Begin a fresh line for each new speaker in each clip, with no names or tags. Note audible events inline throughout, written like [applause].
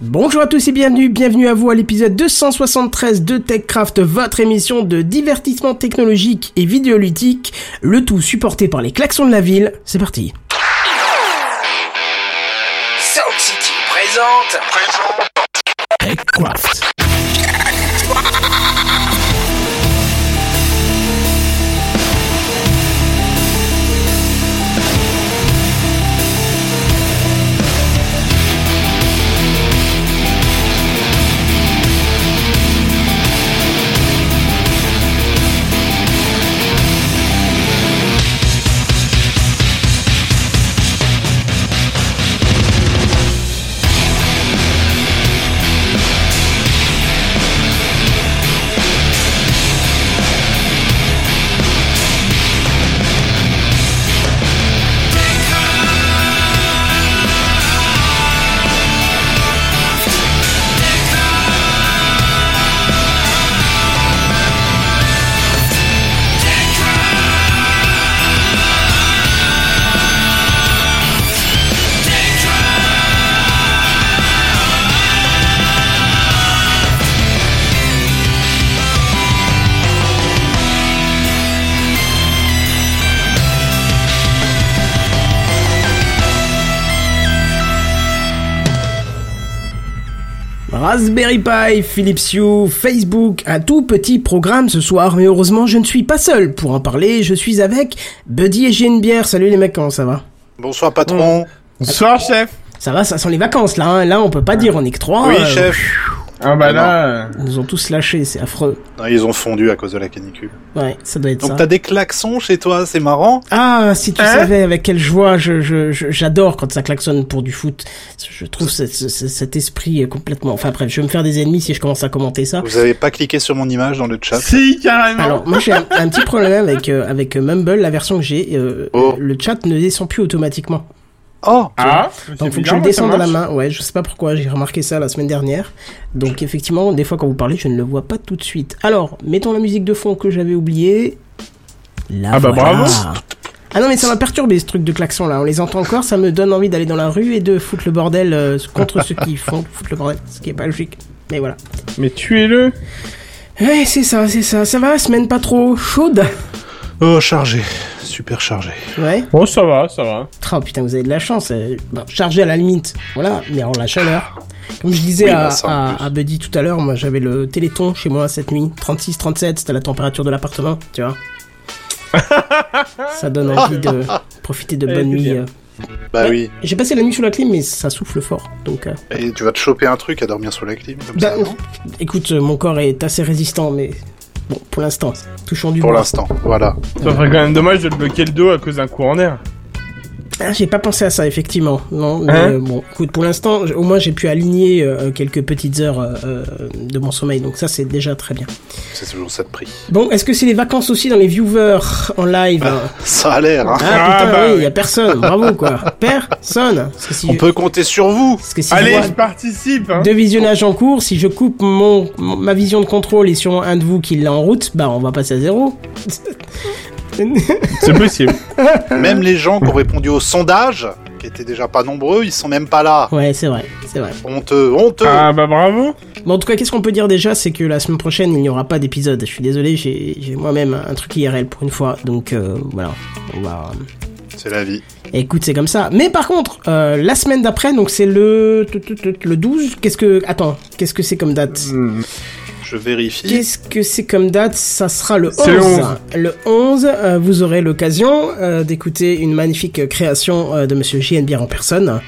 Bonjour à tous et bienvenue, bienvenue à vous à l'épisode 273 de TechCraft, votre émission de divertissement technologique et vidéoludique, le tout supporté par les klaxons de la ville. C'est parti.
Sound City présente.
TechCraft. Raspberry Pi, Philips Hue, Facebook, un tout petit programme ce soir, mais heureusement je ne suis pas seul pour en parler, je suis avec Buddy et j'ai une bière. Salut les mecs, comment ça va
Bonsoir patron.
Bonsoir, chef.
Ça va, ça sent les vacances là, hein. là on peut pas dire, on est que trois.
Oui
euh,
chef.
Ah bah là, euh,
Ils nous ont tous lâchés, c'est affreux.
Non, ils ont fondu à cause de la canicule.
Ouais, ça doit être
Donc
ça.
t'as des klaxons chez toi, c'est marrant.
Ah, si tu
Hein
savais avec quelle joie je, je, je- j'adore quand ça klaxonne pour du foot. Je trouve ce- ce- ce- cet esprit complètement... Enfin bref, je vais me faire des ennemis si je commence à commenter ça.
Vous avez pas cliqué sur mon image dans le chat.
euh, si carrément.
Alors, moi
[laughs]
j'ai un, un petit problème avec, euh, avec Mumble, la version que j'ai. euh,
Oh.
Le chat ne descend plus automatiquement.
Oh
ah,
Donc, faut que je
bizarre,
le
moi,
descende
ça
à la
marche.
main. Ouais, je sais pas pourquoi, j'ai remarqué ça la semaine dernière. Donc, effectivement, des fois quand vous parlez, je ne le vois pas tout de suite. Alors, mettons la musique de fond que j'avais oubliée. Là,
Ah bah,
voilà.
bravo.
Ah non, mais ça m'a perturbé ce truc de klaxon là. On les entend encore, ça me donne envie d'aller dans la rue et de foutre le bordel euh, contre ceux qui font [laughs] foutre le bordel, ce qui est pas logique. Mais voilà.
Mais tuez-le.
Ouais, c'est ça, c'est ça. Ça va, semaine pas trop chaude
Oh chargé, super chargé.
Ouais.
Bon, ça va, ça va.
Oh putain, vous avez de la chance. euh, ben, chargé à la limite, voilà, mais en la chaleur. Comme je disais
Oui,
à,
bah, ça, en
à-
plus.
à Buddy tout à l'heure, moi j'avais le téléthon chez moi cette nuit. 36-37, c'était la température de l'appartement, tu
[laughs]
vois. ça donne envie de profiter de
Eh,
bonnes
c'est
nuits.
bien.
euh.
Bah
Ouais.
oui.
J'ai passé la nuit sous la clim, mais ça souffle fort. Donc, euh,
Et tu vas te choper un truc à dormir sur la clim comme
bah,
ça. non
écoute, euh, mon corps est assez résistant, mais bon, pour l'instant, touchons du
Pour
bois.
l'instant, voilà.
Ça ferait quand même dommage de te bloquer le dos à cause d'un courant d'air.
Ah, j'ai pas pensé à ça, effectivement. Non, mais
Hein
euh, bon, écoute, pour l'instant, j- au moins j'ai pu aligner euh, quelques petites heures euh, euh, de mon sommeil, donc ça c'est déjà très bien.
C'est toujours ça de prix.
Bon, est-ce que c'est les vacances aussi dans les viewers en live hein
Ça a l'air. hein.
Ah,
Ah,
putain,
bah
oui,
oui.
y a personne, bravo quoi. Personne Parce que si,
On
je-
peut compter sur vous.
parce que si je
Allez,
vois
je participe. Hein.
deux visionnages en cours, si je coupe mon, mon- ma vision de contrôle et sur un de vous qui l'a en route, bah on va passer à zéro. [laughs]
C'est possible.
Même les gens qui ont répondu au sondage, qui étaient déjà pas nombreux, ils sont même pas là.
ouais, c'est vrai, c'est vrai.
Honteux, honteux.
[laughs] ah bah bravo.
Bon, en tout cas, qu'est-ce qu'on peut dire déjà C'est que la semaine prochaine, il n'y aura pas d'épisode. Je suis désolé, j'ai j'ai moi-même un truc IRL pour une fois. Donc euh, voilà. On va-
C'est la vie.
Écoute, c'est comme ça. Mais par contre, euh, la semaine d'après, donc c'est le... le 12. Qu'est-ce que. Attends, qu'est-ce que c'est comme date
Hmm.
Je vérifie.
Qu'est-ce que c'est comme date Ça sera le 11.
C'est le 11.
Le 11, euh, vous aurez l'occasion euh, d'écouter une magnifique création euh, de monsieur JNB en personne.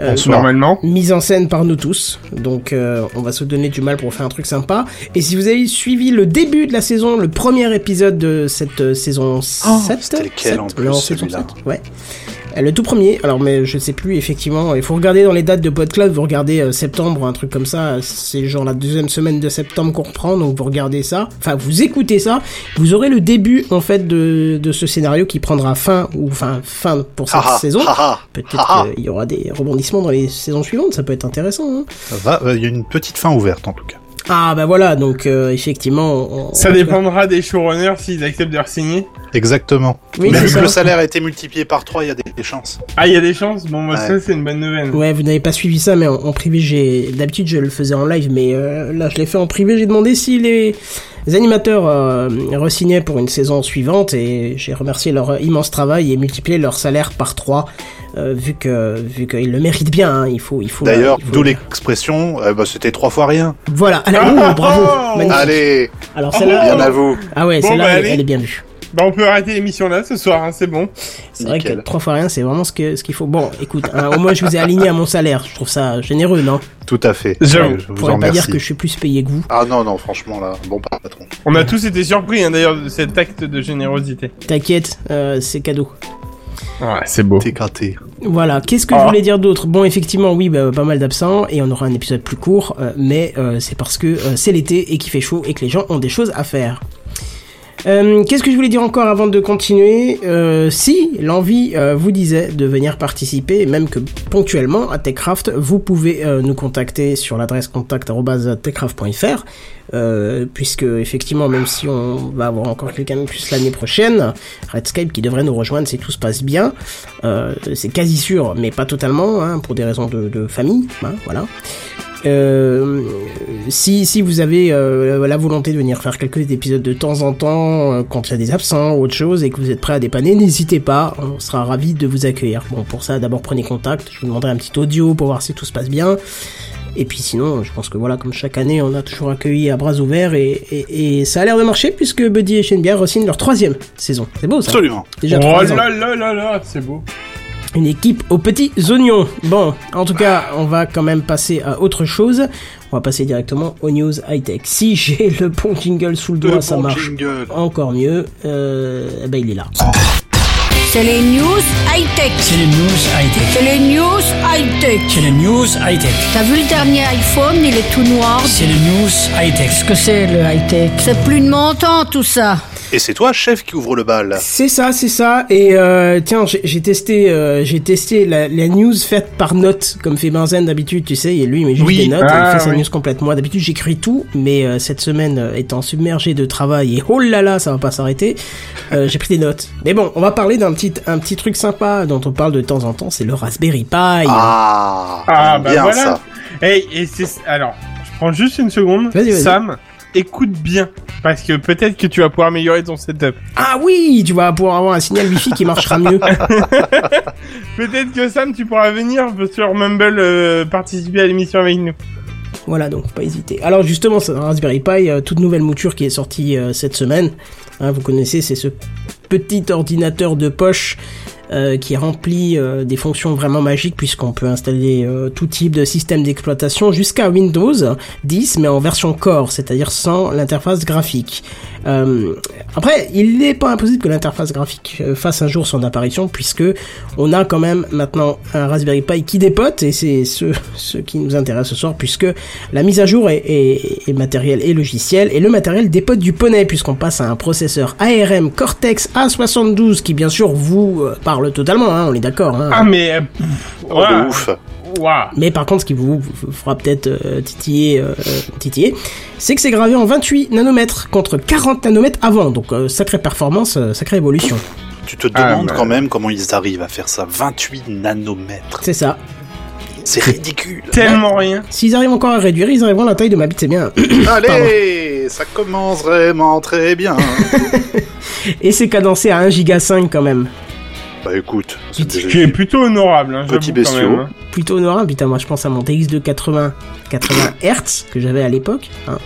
Euh,
Bonsoir.
Normalement.
mise en scène par nous tous. Donc euh, on va se donner du mal pour faire un truc sympa. Et si vous avez suivi le début de la saison, le premier épisode de cette euh, saison 7,
Oh, c'était lequel en plus, celui-là
ouais. Euh, Le tout premier, alors mais je sais plus effectivement, il faut regarder dans les dates de PodCloud, vous regardez euh, septembre, un truc comme ça, euh, c'est genre la deuxième semaine de septembre qu'on reprend, donc vous regardez ça, enfin vous écoutez ça, vous aurez le début en fait de, de ce scénario qui prendra fin, ou enfin fin pour cette
Ah, ah,
saison.
ah, ah. Ah, ah.
Peut-être qu'il y aura des rebondissements dans les saisons suivantes, ça peut être intéressant. hein.
Ça va, euh, il y a une petite fin ouverte en tout cas.
Ah bah voilà, donc euh, effectivement. on-
Ça
on-
dépendra des showrunners s'ils acceptent de re-signer.
Exactement.
Oui,
Mais
c'est
vu que
ça.
le salaire a été multiplié par 3, il y a des, des chances.
Ah, il y a des chances Bon, bah,
Ouais.
ça, c'est une bonne nouvelle.
Ouais, vous n'avez pas suivi ça, mais en, en privé, j'ai d'habitude je le faisais en live, mais euh, là je l'ai fait en privé. J'ai demandé si les, les animateurs euh, re-signaient pour une saison suivante, et j'ai remercié leur immense travail et multiplié leur salaire par 3 vu que vu qu'ils le méritent bien. hein, il faut, il faut.
D'ailleurs,
il faut-
d'où l'expression, euh, bah, c'était trois fois rien.
Voilà. à la-
Ah,
Ouh, bravo.
oh,
magnifique.
Allez,
Alors
bien
celle-là.
à vous.
Ah ouais,
Bon,
celle-là,
bah,
elle,
allez.
elle est bien vue.
Bah, on peut arrêter l'émission là ce soir, hein, c'est bon.
C'est vrai que
Nickel.
trois fois rien, c'est vraiment ce que ce qu'il faut. Bon, écoute, hein, au moins je vous ai aligné à mon salaire. Je trouve ça généreux, non
Tout à fait.
J'avoue.
Je
Je
vous
pourrais
en
pas dire
remercie.
que je suis plus payé que vous.
Ah non, non, franchement, là, bon patron.
On a tous été surpris, hein, d'ailleurs, de cet acte de générosité.
T'inquiète, euh, c'est cadeau.
Ouais, c'est beau.
T'es gratté.
Voilà, qu'est-ce que
Ah.
je voulais dire d'autre Bon, effectivement, oui, bah, pas mal d'absents et on aura un épisode plus court, euh, mais euh, c'est parce que euh, c'est l'été et qu'il fait chaud et que les gens ont des choses à faire. Euh, Qu'est-ce que je voulais dire encore avant de continuer Euh, Si l'envie euh, vous disait de venir participer, même que ponctuellement à TechCraft, vous pouvez euh, nous contacter sur l'adresse contact@techcraft.fr, euh, puisque effectivement, même si on va avoir encore quelqu'un de plus l'année prochaine, Redscape qui devrait nous rejoindre si tout se passe bien, euh, c'est quasi sûr, mais pas totalement, hein, pour des raisons de, de famille, hein, voilà. Euh, si, si vous avez euh, la volonté de venir faire quelques épisodes de temps en temps, euh, quand il y a des absents ou autre chose, et que vous êtes prêt à dépanner, n'hésitez pas, on sera ravis de vous accueillir. Bon, pour ça, d'abord prenez contact, je vous demanderai un petit audio pour voir si tout se passe bien. Et puis sinon, je pense que voilà, comme chaque année, on a toujours accueilli à bras ouverts, et, et- et ça a l'air de marcher, puisque Buddy et Shenbia re leur troisième saison. C'est beau ça
Absolument.
Déjà
oh
trois ans.
là là là là, c'est beau.
Une équipe aux petits oignons. Bon, en tout cas, on va quand même passer à autre chose. On va passer directement aux news high-tech. Si j'ai le bon jingle sous le doigt,
Le
ça
bon
marche.
jingle.
Encore mieux, euh, eh ben il est là.
C'est les news high-tech.
C'est les news high-tech.
C'est les news high-tech.
C'est les news high-tech.
T'as vu le dernier iPhone, il est tout noir.
C'est les news high-tech.
que c'est le high-tech C'est plus de mon temps tout ça.
Et c'est toi, chef, qui ouvre le bal.
C'est ça, c'est ça. Et euh, tiens, j'ai j'ai testé, euh, j'ai testé la, la news faite par notes, comme fait Benzen d'habitude, tu sais. Et lui, il met juste
Oui.
des notes,
Ah,
et il fait sa
oui.
news complète. Moi, d'habitude, j'écris tout, mais euh, cette semaine, euh, étant submergé de travail, et oh là là, ça va pas s'arrêter, euh, j'ai pris des notes. Mais bon, on va parler d'un petit, un petit truc sympa dont on parle de temps en temps, c'est le Raspberry Pi.
Ah,
Ah, bah
bien
voilà.
ça.
Hey, et c'est. Alors, je prends juste une seconde.
Vas-y, vas-y.
Sam, écoute bien. Parce que peut-être que tu vas pouvoir améliorer ton setup.
Ah oui, tu vas pouvoir avoir un signal Wi-Fi qui marchera mieux.
Peut-être que Sam, tu pourras venir sur Mumble euh, participer à l'émission avec nous.
Voilà, donc faut pas hésiter. Alors justement, c'est un Raspberry Pi, euh, toute nouvelle mouture qui est sortie euh, cette semaine. Hein, vous connaissez, c'est ce petit ordinateur de poche euh, qui est rempli euh, des fonctions vraiment magiques puisqu'on peut installer euh, tout type de système d'exploitation jusqu'à Windows 10 mais en version core, c'est-à-dire sans l'interface graphique. Euh, après, il n'est pas impossible que l'interface graphique euh, fasse un jour son apparition puisque on a quand même maintenant un Raspberry Pi qui dépote et c'est ce, ce qui nous intéresse ce soir puisque la mise à jour est, est- est matériel et logiciel et le matériel dépote du poney puisqu'on passe à un processeur ARM Cortex A72 qui bien sûr vous euh, parle totalement, hein, on est d'accord. hein.
Ah, mais. euh, pff,
Oh,
ouah,
de ouf.
ouah.
Mais par contre, ce qui vous vous fera peut-être euh, titiller, euh, euh, titiller, c'est que c'est gravé en 28 nanomètres contre 40 nanomètres avant. Donc, euh, sacrée performance, euh, sacrée évolution.
Tu te
Ah,
demandes
bah.
quand même comment ils arrivent à faire ça. 28 nanomètres.
C'est ça.
C'est ridicule.
Tellement rien.
S'ils arrivent encore à réduire, ils arriveront à la taille de ma bite, c'est bien. [coughs]
Allez, ça commence vraiment très bien.
Et c'est cadencé à 1 giga 5 quand même.
bah écoute, c'est
Ce
déjà-
qui est plutôt honorable, hein,
Petit
j'avoue, quand
bestiau.
même, hein.
Plutôt honorable, putain, moi je pense à mon TX2 80, 80 Hz que j'avais à l'époque.
[laughs]
hein.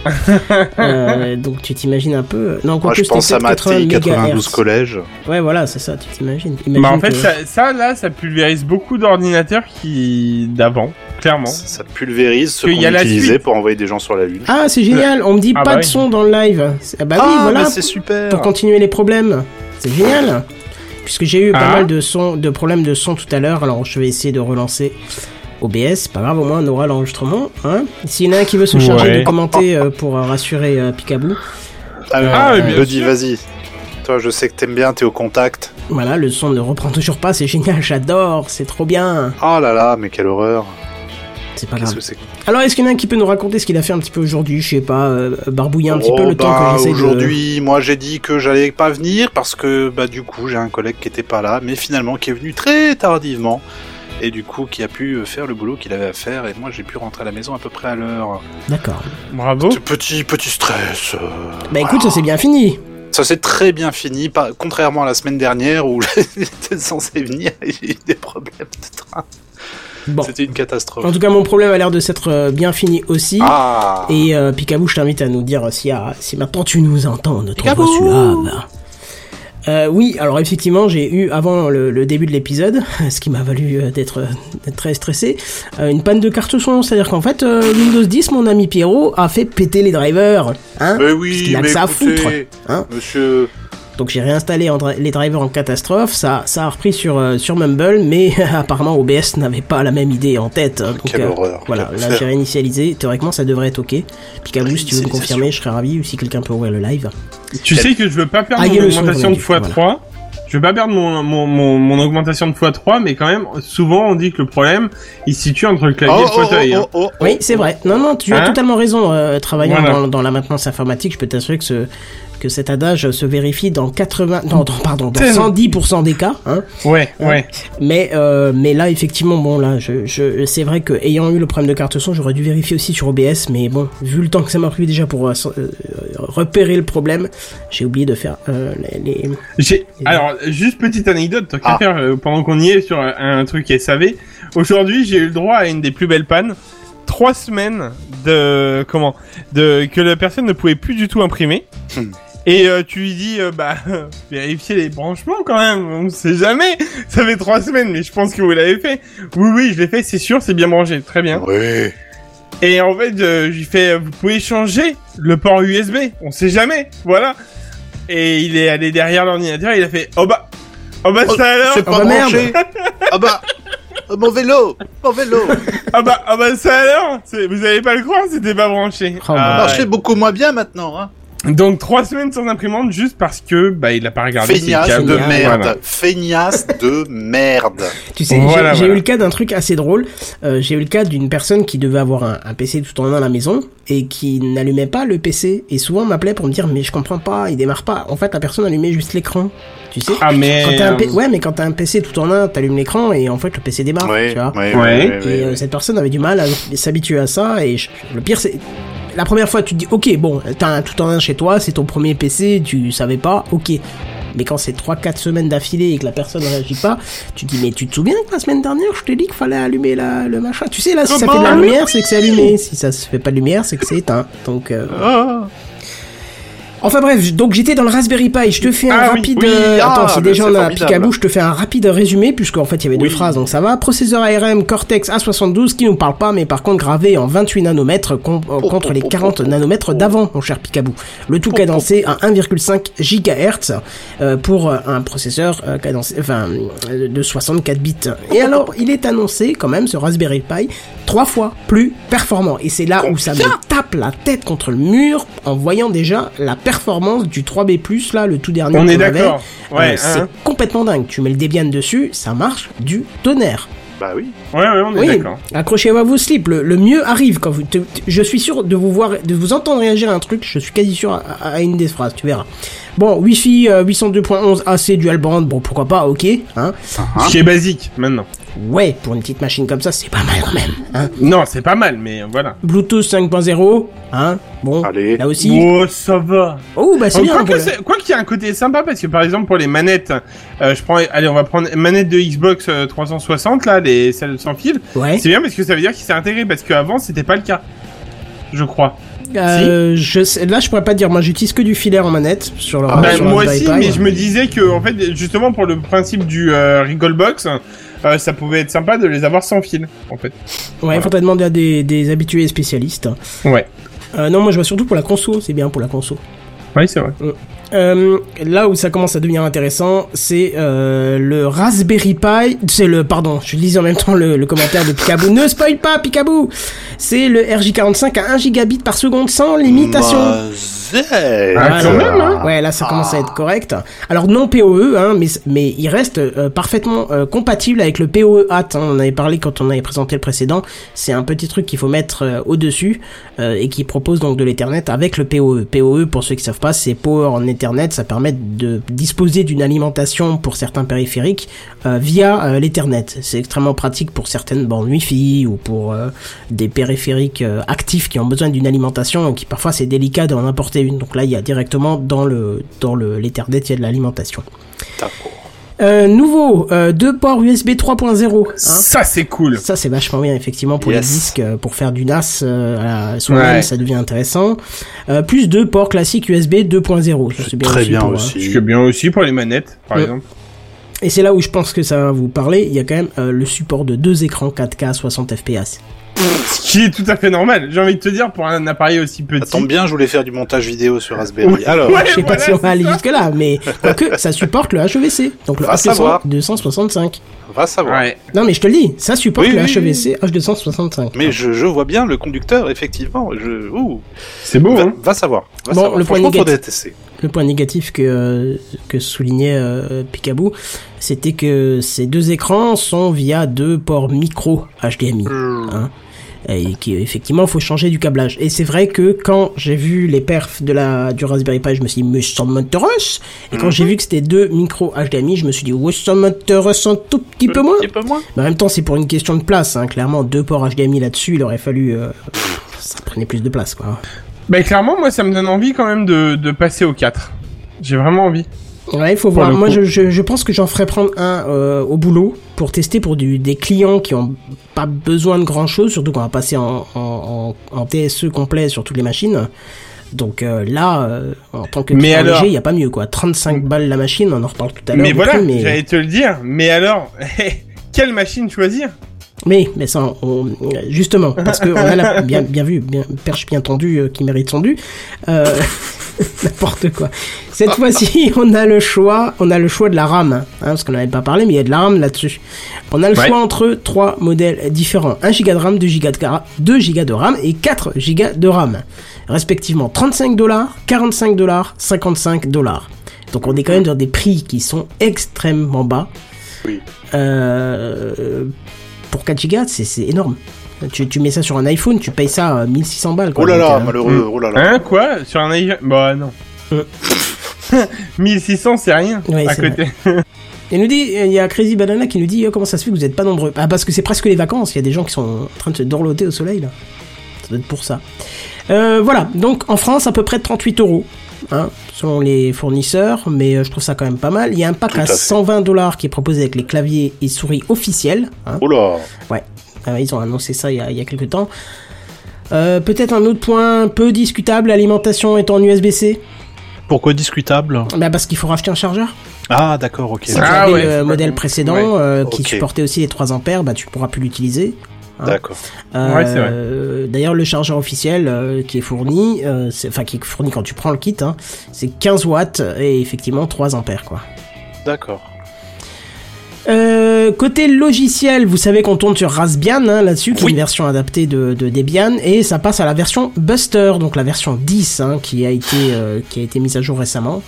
Euh, donc tu t'imagines un peu. euh, Non, quoi
moi
que
je pense à ma TI 92
collègues.
collège.
Ouais, voilà, c'est ça, tu t'imagines.
Bah, en
Imagine
fait,
que-
ça, ça, là, ça pulvérise beaucoup d'ordinateurs qui. d'avant, clairement.
Ça pulvérise ce
Qu'il y a
qu'on
la
utilisait
suite.
pour envoyer des gens sur la lune.
Ah, c'est génial, on me dit
Ah,
pas
bah
de
oui.
son dans le live. Ah bah oui,
Ah,
voilà,
mais c'est super.
pour continuer les problèmes. C'est génial. Puisque j'ai eu pas
Ah.
mal de, son, de problèmes de son tout à l'heure, alors je vais essayer de relancer OBS. Pas grave, au moins on aura l'enregistrement. Hein S'il y en a un qui veut se charger
Ouais.
de commenter euh, pour euh, rassurer euh, Picaboo,
Ah, oui, bien
Buddy,
sûr.
vas-y. Toi, je sais que t'aimes bien, t'es au contact.
voilà, le son ne reprend toujours pas, c'est génial, j'adore, c'est trop bien.
Oh là là, mais quelle horreur.
C'est pas
Qu'est-ce
grave.
que c'est que-
Alors, est-ce qu'il y en a un qui peut nous raconter ce qu'il a fait un petit peu aujourd'hui Je sais pas, euh, barbouiller un petit peu
Oh,
le temps
bah,
que j'essaie de-
Aujourd'hui, moi j'ai dit que j'allais pas venir parce que bah du coup j'ai un collègue qui était pas là, mais finalement qui est venu très tardivement et du coup qui a pu euh, faire le boulot qu'il avait à faire et moi j'ai pu rentrer à la maison à peu près à l'heure.
D'accord.
Bravo.
Oh.
Ce Petit petit stress. euh,
Bah
voilà.
écoute, ça c'est bien fini.
Ça s'est très bien fini, pas, contrairement à la semaine dernière où [laughs] j'étais censé venir et j'ai eu des problèmes de train.
Bon.
C'était une catastrophe.
En tout cas, mon problème a l'air de s'être euh, bien fini aussi.
Ah
Et euh, Picabou, je t'invite à nous dire euh, si, ah, si maintenant tu nous entends, notre
Picabou
voix suave. Euh, oui, alors effectivement, j'ai eu avant le, le début de l'épisode, [laughs] ce qui m'a valu euh, d'être euh, d'être très stressé, euh, une panne de carte son. C'est-à-dire qu'en fait, euh, Windows 10, mon ami Pierrot, a fait péter les drivers. Hein
Mais
Parce
oui,
qu'il a que
mais
ça à
écoutez,
foutre, hein.
monsieur,
Donc j'ai réinstallé en dri- les drivers en catastrophe. Ça, ça a repris sur, euh, sur Mumble, mais [laughs] apparemment OBS n'avait pas la même idée en tête. hein. Donc, euh,
Quelle horreur,
Voilà,
quelle
là
affaire.
j'ai réinitialisé. Théoriquement, ça devrait être OK. Picabou, si tu veux me
Réinitialisation.
confirmer, je serais ravi. Ou si quelqu'un peut ouvrir le live.
Tu sais que je veux pas perdre
Ah, il y a
mon
le son,
augmentation de
Renaud,
x3. Je veux pas perdre mon, mon, mon, mon augmentation de x3, mais quand même, souvent on dit que le problème, il se situe entre le clavier et le fauteuil. hein.
oh, oh.
Oui, c'est vrai. Non, non, tu as
Hein
totalement raison. euh, travaillant
Voilà.
dans, dans la maintenance informatique, je peux t'assurer que, ce, que cet adage se vérifie dans 80, non, dans- pardon, dans
Tellement.
110% des cas. Hein.
oh.
Ouais, ouais.
Mais, euh, mais là, effectivement, bon, là, je, je, c'est vrai que ayant eu le problème de carte son, j'aurais dû vérifier aussi sur OBS, mais bon, vu le temps que ça m'a pris déjà pour euh, so- euh, repérer le problème, j'ai oublié de faire euh, les, les-
J'ai- Alors, juste petite anecdote, tant qu'à
Ah.
faire, euh, pendant qu'on y est sur euh, un truc SAV, aujourd'hui j'ai eu le droit à une des plus belles pannes. Trois semaines de. Comment de Que la personne ne pouvait plus du tout imprimer.
Hmm.
Et euh, tu lui dis, euh, bah, [laughs] vérifiez les branchements quand même, on sait jamais. Ça fait trois semaines, mais je pense que vous l'avez fait. Oui, oui, je l'ai fait, c'est sûr, c'est bien branché, très
oh.
bien.
Oui.
Et en fait, euh, j'ai fait, euh, vous pouvez changer le port USB, on sait jamais, voilà. Et il est allé derrière l'ordinateur, il a fait, oh bah, oh bah
Oh,
ça alors,
C'est
Ah
pas
bah merde.
branché. ah bah, euh, mon vélo, mon vélo.
oh bah, oh bah ça alors, C'est- vous allez pas le croire, c'était pas branché.
Oh, bah.
Ah,
Marchait beaucoup moins bien maintenant. Hein.
ouais. Donc trois semaines sans imprimante juste parce que, bah, il a pas regardé ses
Feignasse
câbles.
de
câble.
merde.
Voilà.
Feignasse de
[laughs]
merde.
Tu sais,
Voilà,
j'ai j'ai
voilà.
eu le cas d'un truc assez drôle. Euh, j'ai eu le cas d'une personne qui devait avoir un, un PC tout en un à la maison et qui n'allumait pas le PC et souvent m'appelait pour me dire mais je comprends pas, il démarre pas. En fait, la personne allumait juste l'écran. Tu sais.
Ah mais.
Quand t'as un P- Ouais, mais quand t'as un PC tout en un, t'allumes l'écran et en fait le PC démarre. tu vois.
ouais, ouais,
Ouais.
Et
ouais,
euh,
ouais.
cette personne avait du mal à s'habituer à ça. Et je- le pire, c'est la première fois, tu te dis, ok, bon, t'as un tout en un chez toi, c'est ton premier PC, tu savais pas, ok. Mais quand c'est 3-4 semaines d'affilée et que la personne ne réagit pas, tu te dis, mais tu te souviens que la semaine dernière, je t'ai dit qu'il fallait allumer la, le machin. Tu sais, là,
Ah
si ça fait de
bah
la lumière, c'est que c'est allumé. Si ça se fait pas de lumière, c'est que c'est éteint. Donc, euh,
Ah.
Enfin bref, j- donc j'étais dans le Raspberry Pi, je te fais un
Ah oui,
rapide...
oui,
euh,
ah,
Attends, si
mais
déjà
c'est
on a
formidable.
Picabou, je te fais un rapide résumé, puisqu'en fait il y avait deux
Oui.
phrases, donc ça va. Processeur ARM Cortex A72 qui nous parle pas, mais par contre gravé en 28 nanomètres com- euh, contre les 40 nanomètres d'avant, mon cher Picabou. Le tout cadencé à 1,5 GHz euh, pour euh, un processeur euh, cadencé, enfin, euh, de 64 bits. Et alors, il est annoncé quand même, ce Raspberry Pi, trois fois plus performant. Et c'est là où ça me tape la tête contre le mur en voyant déjà la performance du 3B+, là, le tout dernier.
On est
qu'on avait.
d'accord. Ouais,
Euh,
hein.
c'est complètement dingue. Tu mets le Debian dessus, ça marche du tonnerre.
Bah oui.
ouais, ouais, on est
Oui,
d'accord.
accrochez-vous à vos slips, le, le mieux arrive quand vous... te- te- je suis sûr de vous voir, de vous entendre réagir à un truc, je suis quasi sûr à, à- à une des phrases, tu verras. Bon, Wi-Fi euh, 802.11 AC dual band, bon pourquoi pas, ok, hein.
Ce qui est basique maintenant.
Ouais, pour une petite machine comme ça, c'est pas mal quand même, hein.
Non, c'est pas mal, mais euh, voilà.
Bluetooth 5.0, hein, bon,
Allez.
là aussi.
Oh, ça va.
Oh, bah c'est
Donc,
bien.
Euh, quoi que
pour le-
c'est- quoi qu'il y a un côté sympa parce que par exemple pour les manettes, euh, je prends, allez on va prendre manette de Xbox euh, 360 là, les celles sans fil.
Ouais.
C'est bien parce que ça veut dire qu'il s'est intégré parce qu'avant c'était pas le cas, je crois.
Euh, je sais- là, je pourrais pas dire. Moi, j'utilise que du filaire en manette sur le.
Ah,
Bah,
sur le
moi
Raspberry
aussi,
Pi.
mais je me disais que en fait justement pour le principe du euh, Riggle Box, euh, ça pouvait être sympa de les avoir sans fil en fait.
Ouais, faut pas demander à des, des habitués spécialistes.
Ouais,
Euh, non, moi, je vois surtout pour la conso. C'est bien pour la conso.
oui c'est vrai.
Euh, là où ça commence à devenir intéressant, c'est euh, le Raspberry Pi. C'est le, pardon, je lis en même temps le, le commentaire de Picaboo. [laughs] ne spoil pas, Picaboo C'est le RJ45 à 1 gigabit par seconde sans limitation.
Bah, Mazette.
Ah, quand même, hein.
Ouais, là ça commence à être correct. Alors non POE, hein, mais, mais il reste euh, parfaitement euh, compatible avec le POE HAT. hein. On avait parlé quand on avait présenté le précédent. C'est un petit truc qu'il faut mettre euh, au-dessus euh, et qui propose donc de l'Ethernet avec le E. POE. POE, pour ceux qui savent pas, c'est Power en Ethernet. Ça permet de disposer d'une alimentation pour certains périphériques euh, via euh, l'Ethernet. C'est extrêmement pratique pour certaines bandes Wi-Fi ou pour euh, des périphériques euh, actifs qui ont besoin d'une alimentation et qui parfois c'est délicat d'en importer une. Donc là, il y a directement dans le dans le l'Ethernet, il y a de l'alimentation.
Ah, D'accord.
Euh, nouveau, euh, deux ports USB 3.0. hein.
Ça, c'est cool.
Ça c'est vachement bien effectivement pour
Yes.
les disques, euh, pour faire du NAS euh, à la soi-même,
Ouais.
ça devient intéressant. Euh, plus deux ports classiques USB 2.0. Ça,
C'est très bien
pour, euh,
aussi.
Ce qui est bien aussi pour les manettes, par
Ouais.
exemple.
Et c'est là où je pense que ça va vous parler. Il y a quand même euh, le support de deux écrans 4K 60 fps.
Ce qui est tout à fait normal. J'ai envie de te dire, pour un appareil aussi petit.
Ça tombe bien, je voulais faire du montage vidéo sur Raspberry.
Ouais.
Alors,
Ouais,
Je sais pas
voilà,
si on
c'est
va aller
ça.
jusque là, mais quoique ça supporte le HEVC, donc le
Va savoir.
HEVC 265.
va savoir.
Ouais.
Non mais je te le dis, ça supporte
Oui,
le E
oui,
HEVC H265.
Mais je, je vois bien le conducteur, effectivement. Je... ouh.
C'est beau,
va,
hein.
va savoir. Va
Bon,
savoir.
le
Franchement,
point
faudrait
négatif.
tester.
Le point négatif que euh, que soulignait euh, Picaboo, c'était que ces deux écrans sont via deux ports micro HDMI.
Hmm.
hein, et qui effectivement faut changer du câblage. Et c'est vrai que quand j'ai vu les perfs de la du Raspberry Pi, je me suis dit mais ça m'intéresse. Et quand
Mhm.
j'ai vu que c'était deux micro HDMI, je me suis dit ouais ça m'intéresse un tout petit peu moins.
Un peu moins.
Mais en même temps, c'est pour une question de place. Hein. Clairement, deux ports HDMI là-dessus, il aurait fallu. euh, Ça prenait plus de place, quoi.
Bah, clairement, moi, ça me donne envie quand même de, de passer au 4. J'ai vraiment envie.
Bah, Ouais, il faut
Pour
voir.
le
Moi,
coup.
je, je, je pense que j'en ferai prendre un euh, au boulot pour tester pour du, des clients qui ont pas besoin de grand-chose, surtout qu'on va passer en, en, en, en TSE complet sur toutes les machines. Donc euh, là, euh, en tant que
Mais
client
alors- Mm.
léger, il n'y a pas mieux, quoi. 35 balles la machine, on en reparle tout à l'heure.
mais
du
voilà,
coup, mais...
j'allais te le dire. Mais alors, [laughs] quelle machine choisir
Mais, mais ça, on, justement, parce qu'on a la, bien, bien vu, bien, perche bien tendue euh, qui mérite son dû. Euh, [laughs] N'importe quoi. Cette fois-ci, [laughs] on a le choix, on a le choix de la RAM, hein, parce qu'on n'avait pas parlé, mais il y a de la RAM là-dessus. On a le
Ouais.
choix entre trois modèles différents 1 Go de RAM, 2 Go de, ca- 2 Go de RAM et 4 Go de RAM, respectivement 35 dollars, 45 dollars, 55 dollars. Donc on est quand même dans des prix qui sont extrêmement bas.
Oui.
Euh, pour 4 gigas, c'est c'est énorme. Tu, tu mets ça sur un iPhone, tu payes ça euh, 1600 balles. Quoi,
Oh là
Donc,
là,
euh,
malheureux. Oh là là.
Hein, quoi Sur un iPhone Bah, non. [laughs]
Euh.
1600, c'est rien.
Ouais,
à
c'est vrai.
côté.
Il nous dit, il y a Crazy Banana qui nous dit oh, comment ça se fait que vous n'êtes pas nombreux. Ah parce que c'est presque les vacances, il y a des gens qui sont en train de se dorloter au soleil là. Ça doit être pour ça. Euh, voilà, donc en France à peu près 38 euros, hein, selon les fournisseurs, mais euh, je trouve ça quand même pas mal. Il y a un pack
Tout
à,
à fait.
120 dollars qui est proposé avec les claviers et souris officiels. Hein.
Oh là.
Ouais, Ah, ils ont annoncé ça il y a, il y a quelques temps. Euh, Peut-être un autre point peu discutable, l'alimentation est en USB-C.
Pourquoi discutable
Bah parce qu'il faut racheter un chargeur.
Ah, d'accord, ok.
Si tu
Ah
avais
ouais,
le
c'est
modèle
pas-
précédent
ouais.
euh, qui
Ok.
supportait aussi les 3 ampères, bah tu pourras plus l'utiliser.
D'accord.
Ouais, c'est vrai.
Euh, D'ailleurs, le chargeur officiel euh, qui est fourni, euh, c'est- enfin qui est fourni quand tu prends le kit, hein, c'est 15 watts et effectivement 3 ampères quoi.
D'accord.
Euh, côté logiciel, vous savez qu'on tourne sur Raspbian hein, là-dessus, qui est
Oui.
une version adaptée de, de Debian, et ça passe à la version Buster, donc la version 10 hein, qui a été euh, qui a été mise à jour récemment.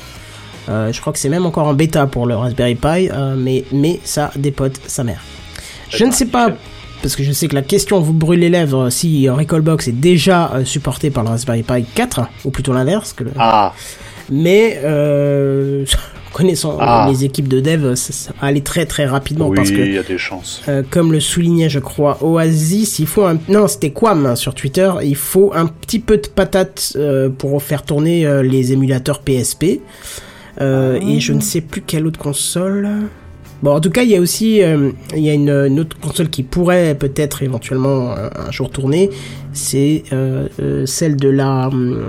Euh, je crois que c'est même encore en bêta pour le Raspberry Pi, euh, mais mais ça dépote sa mère. Je ne sais pas. Parce que je sais que la question vous brûle les lèvres si Recallbox est déjà euh, supporté par le Raspberry Pi 4, ou plutôt l'inverse, que le-
Ah,
mais euh, [laughs] connaissant euh,
Ah.
les équipes de dev, ça, ça va aller très très rapidement
oui,
parce
il
que,
y a des chances.
euh, comme le soulignait je crois Oasis, il faut un... Non, c'était Quam hein, sur Twitter, il faut un petit peu de patate euh, pour faire tourner euh, les émulateurs PSP. Euh, Et je ne
Ah.
sais plus quelle autre console... Bon, en tout cas, il y a aussi euh, il y a une, une autre console qui pourrait peut-être éventuellement euh, un jour tourner. C'est euh, euh, celle de la euh,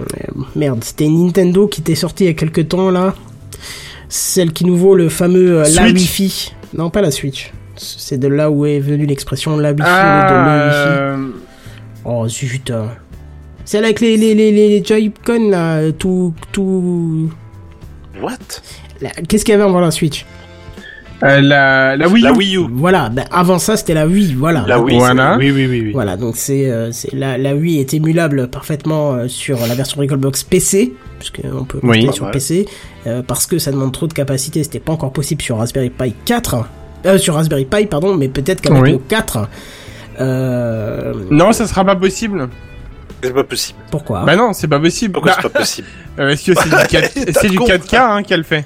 merde. C'était Nintendo qui était sortie il y a quelques temps là. Celle qui nous vaut le fameux euh, la
Switch.
Wi-Fi. Non, pas la Switch. C'est de là où est venue l'expression la Wi-Fi
Ah,
ou de la Wi-Fi.
euh,
Oh zut. euh. Celle avec les les les, les Joy-Con là, tout tout
What
La- Qu'est-ce qu'il y avait avant la Switch
Euh, la, la Wii U.
La Wii U.
Voilà, bah, avant ça c'était la Wii, voilà.
La Wii.
Voilà.
c'est- Oui, oui, oui. oui.
Voilà, donc c'est euh, c'est- la, la Wii est émulable parfaitement euh, sur la version Recalbox PC, puisqu'on peut
Oui.
monter
Ah
sur
ouais.
PC, euh, parce que ça demande trop de capacité, c'était pas encore possible sur Raspberry Pi 4, euh, sur Raspberry Pi, pardon, mais peut-être qu'avec
Oui.
le 4, euh,
Non, ça sera pas possible.
C'est pas possible.
pourquoi hein.
Bah non, c'est pas possible.
Pourquoi
Bah,
c'est pas possible
euh, Est-ce que c'est [laughs] du 4K,
T'as
c'est du
con.
4K hein, qu'elle fait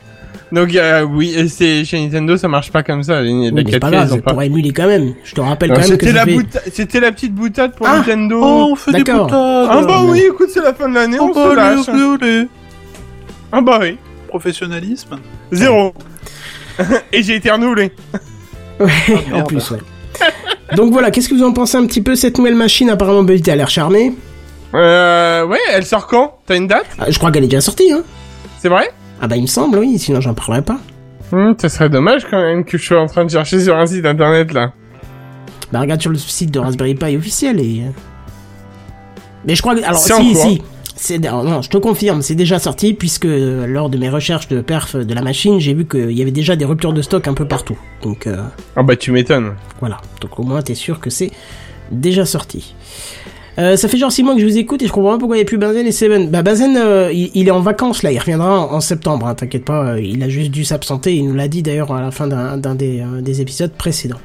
Donc euh, oui, et c'est chez Nintendo, ça marche pas comme ça. La
Oui, mais c'est
4K,
pas grave,
ils ont pas.
pour émuler quand même. Je te rappelle
Alors,
quand même que
C'était
ça
la,
fait-
bout- c'était la petite boutade pour
Ah.
Nintendo.
Oh, on fait des
D'accord.
boutades
ah bah oui, écoute, c'est la fin de l'année,
Oh,
on
bah,
se lâche.
olé, olé, olé.
Ah bah oui,
Professionnalisme
zéro. [laughs] Et j'ai été renouvelé. [laughs] Ah,
Ouais, en
merde.
plus, ouais. Donc voilà, qu'est-ce que vous en pensez un petit peu cette nouvelle machine Apparemment, Buddy a l'air charmé.
Euh, ouais, elle sort quand T'as une date
Ah, je crois qu'elle est déjà sortie, hein
C'est vrai
Ah bah il me semble, oui, sinon j'en parlerai pas.
Hmm, ça serait dommage quand même que je sois en train de chercher sur un site internet là.
Bah regarde sur le site de Raspberry Pi officiel et. euh, Mais je crois que. Alors,
C'est en
si,
cours.
si. C'est, non, non, je te confirme, c'est déjà sorti puisque euh, lors de mes recherches de perf de la machine, j'ai vu qu'il y avait déjà des ruptures de stock un peu partout. Donc euh,
Ah bah tu m'étonnes.
voilà. Donc au moins, t'es sûr que c'est déjà sorti. Euh, ça fait genre 6 mois que je vous écoute et je comprends pas pourquoi il n'y a plus Benzen et Seven. Bah Benzen, euh, il, il est en vacances là, il reviendra en, en septembre, hein, t'inquiète pas, euh, il a juste dû s'absenter, il nous l'a dit d'ailleurs à la fin d'un d'un des, euh, des épisodes précédents.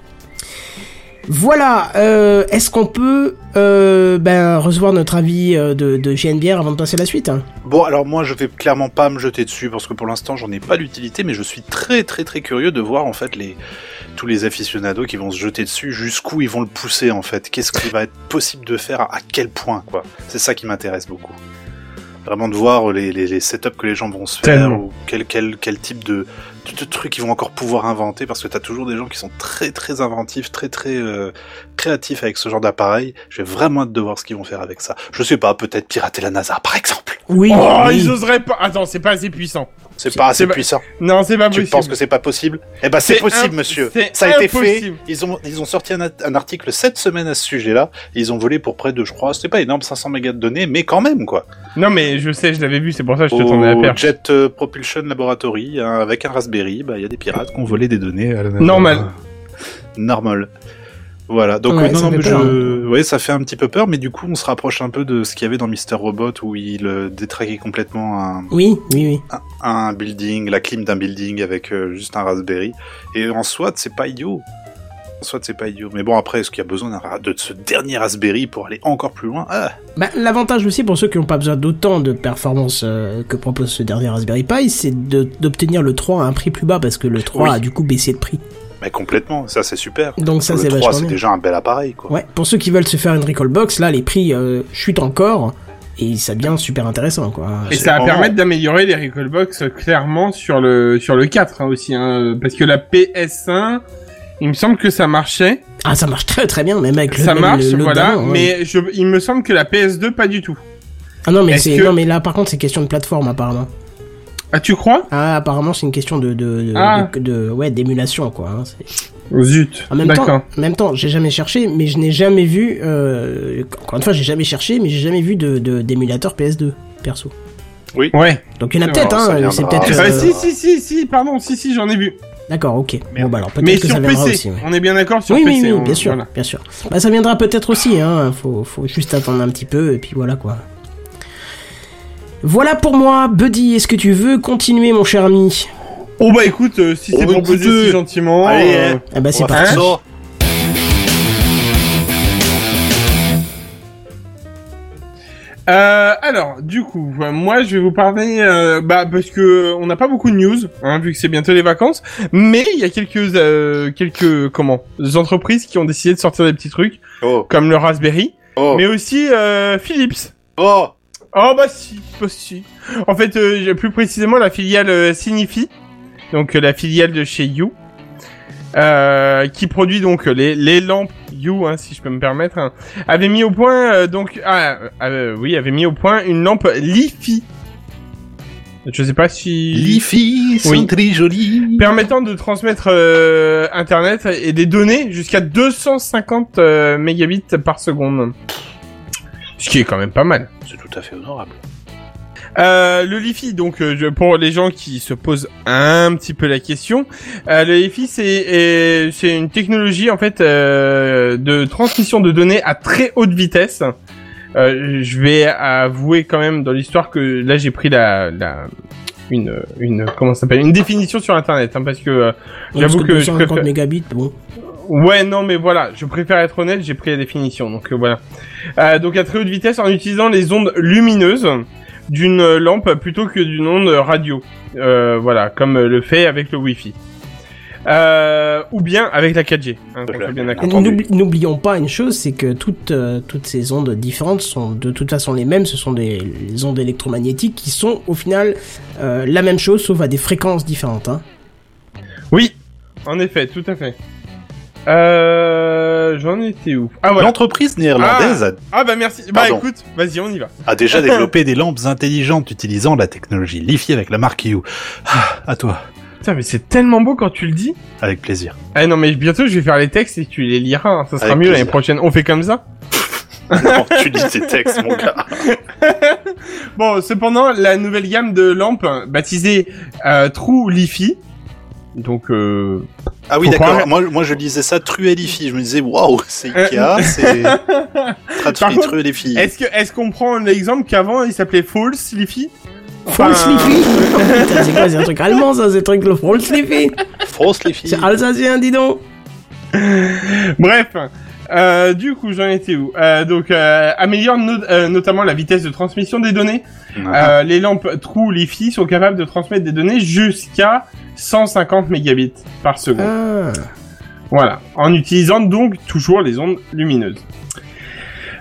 Voilà, euh, est-ce qu'on peut euh, ben, recevoir notre avis euh, de, de JNBR avant de passer à la suite hein
Bon, alors moi, je vais clairement pas me jeter dessus parce que pour l'instant, j'en ai pas l'utilité, mais je suis très, très, très curieux de voir en fait les tous les aficionados qui vont se jeter dessus, jusqu'où ils vont le pousser en fait. Qu'est-ce qu'il va être possible de faire À quel point quoi C'est ça qui m'intéresse beaucoup. Vraiment de voir les, les, les setups que les gens vont se faire,
Tellement.
ou quel, quel, quel type de, de, de trucs ils vont encore pouvoir inventer, parce que t'as toujours des gens qui sont très très inventifs, très très euh, créatifs avec ce genre d'appareil. J'ai vraiment hâte de voir ce qu'ils vont faire avec ça. Je sais pas, peut-être pirater la NASA par exemple.
Oui,
Oh,
oui.
ils oseraient pas. Attends, c'est pas assez puissant.
C'est pas assez
c'est pas-
puissant.
Non, c'est pas
Tu
possible.
penses que c'est pas possible Eh ben c'est
C'est
possible,
imp-
monsieur.
c'est
Ça a été fait.
impossible.
Ils ont ils ont sorti un, at- un article cette semaine à ce sujet-là. Ils ont volé pour près de, je crois, c'était pas énorme, 500 mégas de données, mais quand même quoi.
Non, mais je sais, je l'avais vu, c'est pour ça que je te tendais la
Au
perche.
Jet euh, Propulsion Laboratory, hein, avec un Raspberry, bah il y a des pirates qui ont volé des données. à la-
Normal.
Normal. Voilà. Donc
Ouais,
euh, non,
ça
non,
fait
mais
peur,
je, ouais, ça fait un petit peu peur, mais du coup on se rapproche un peu de ce qu'il y avait dans Mister Robot où il euh, détraquait complètement un
oui, oui, oui.
un building, la clim d'un building avec euh, juste un Raspberry. Et en soit, c'est pas idiot. En soit, c'est pas idiot. Mais bon, après, est-ce qu'il y a besoin d'un ra- de ce dernier Raspberry pour aller encore plus loin Ah,
Bah, L'avantage aussi pour ceux qui n'ont pas besoin d'autant de performances euh, que propose ce dernier Raspberry Pi, c'est de- d'obtenir le 3 à un prix plus bas parce que le 3
Oui.
a du coup baissé de prix.
Mais complètement, ça c'est super.
Donc ça
le
c'est
3,
vachement
c'est
bien.
déjà un bel appareil, quoi.
Ouais, pour ceux qui veulent se faire une recall box, là les prix euh, chutent encore et ça devient super intéressant quoi.
Et
C'est
ça va
vraiment-
permettre d'améliorer les recall box euh, clairement sur le sur le 4 hein, aussi hein, parce que la PS1 il me semble que ça marchait,
Ah ça marche très très bien même avec le
ça
même
marche,
le- l'autre
voilà,
d'avant, ouais.
mais je, il me semble que la PS2 pas du tout.
Ah non mais
est-ce
c'est
que-
non mais là par contre c'est question de plateforme apparemment.
Ah tu crois
Ah apparemment c'est une question de de, de,
Ah.
de- de- ouais d'émulation quoi. hein, c'est-
Zut.
En même temps, en même temps, j'ai jamais cherché, mais je n'ai jamais vu. Euh, encore une fois, j'ai jamais cherché, mais j'ai jamais vu de de- d'émulateur PS2 perso.
Ouais.
Donc il y en a
C'est
peut-être,
vrai, ça
hein.
viendra.
C'est peut-être.
Euh,
Bah,
euh,
si si si si pardon si si j'en ai vu.
D'accord, ok. Bon bah alors
Mais
peut-être que ça
sur
viendra
PC.
aussi. ouais.
On est bien d'accord sur
oui,
PC.
oui, oui,
on-
bien sûr,
voilà.
bien sûr. Bah ça viendra peut-être aussi, hein. Faut, faut juste attendre un petit peu et puis voilà quoi. Voilà pour moi, Buddy. Est-ce que tu veux continuer, mon cher ami
Oh bah écoute euh, si
Oh,
c'est
bah,
proposé
écoute,
si gentiment
allez,
euh,
hein.
Ah bah c'est
On va
parti.
faire ça.
Euh, alors, du coup, euh, moi, je vais vous parler, euh, bah, parce que euh, on n'a pas beaucoup de news, hein, vu que c'est bientôt les vacances. Mais il y a quelques, euh, quelques, comment, entreprises qui ont décidé de sortir des petits trucs,
Oh,
comme le Raspberry,
oh,
mais aussi euh, Philips.
oh
Oh bah si, bah si. En fait, euh, j'ai plus précisément la filiale euh, Signifi, donc euh, la filiale de chez You, euh, qui produit donc euh, les, les lampes You, hein, si je peux me permettre, hein, avait mis au point euh, donc ah euh, euh, oui avait mis au point une lampe Lifi. Je sais pas si
Les filles sont
Oui.
très jolies.
permettant de transmettre euh, internet et des données jusqu'à 250 euh, mégabits par seconde, ce qui est quand même pas mal.
C'est tout à fait honorable.
Euh, le LiFi, donc euh, je- pour les gens qui se posent un petit peu la question, euh, le LiFi c'est est- c'est une technologie en fait euh, de transmission de données à très haute vitesse. Euh, je vais avouer quand même dans l'histoire que là j'ai pris la, la une une comment ça s'appelle une définition sur internet hein, parce que euh,
Parce
j'avoue que je
250
préfère-
mégabits, bon.
Ouais, non, mais voilà, je préfère être honnête, j'ai pris la définition, donc euh, voilà. Euh, donc à très haute vitesse en utilisant les ondes lumineuses d'une euh, lampe plutôt que d'une onde radio. Euh, voilà, comme euh, le fait avec le Wi-Fi. Euh, ou bien avec la 4G. hein, qu'on
Voilà.
soit bien d'accord.
Et n'oubli- N'oublions pas une chose, c'est que toutes, euh, toutes ces ondes différentes sont de toute façon les mêmes. Ce sont des les ondes électromagnétiques qui sont au final euh, la même chose, sauf à des fréquences différentes. Hein.
Oui, en effet, tout à fait. Euh, J'en étais où Ah voilà.
L'entreprise néerlandaise a-
Ah bah merci. Bah
Pardon.
écoute, vas-y, on y va.
a, déjà développé des lampes intelligentes utilisant la technologie LiFi avec la marque You. Ah, à toi,
Putain, mais c'est tellement beau quand tu le dis.
avec plaisir.
Ah non, mais bientôt je vais faire les textes et tu les liras. hein, Ça sera
Avec
mieux l'année
plaisir.
prochaine. On fait comme ça
Non, tu lis tes textes, mon gars.
Bon, cependant, la nouvelle gamme de lampes euh, baptisée euh, True Lifi, donc euh,
Ah oui,
Faut
d'accord.
croire.
Moi, moi, je lisais ça Truel LiFi. Je me disais, waouh, c'est Ikea,
[laughs]
c'est Tradfi,
Euh, contre,
Truel LiFi.
est-ce que est-ce qu'on prend l'exemple qu'avant il s'appelait False Lifi
Front
[laughs]
Enfin,
Sleepy Oh, Putain, c'est quoi C'est un truc allemand, ça C'est un truc le Front
[laughs]
Sleepy
France LiFi.
C'est alsacien, dis donc
Bref, euh, du coup j'en étais où Euh, Donc euh, améliore no- euh, notamment la vitesse de transmission des données.
Ah.
Euh, les lampes True Lifi sont capables de transmettre des données jusqu'à 150 mégabits par seconde.
Ah.
Voilà, en utilisant donc toujours les ondes lumineuses.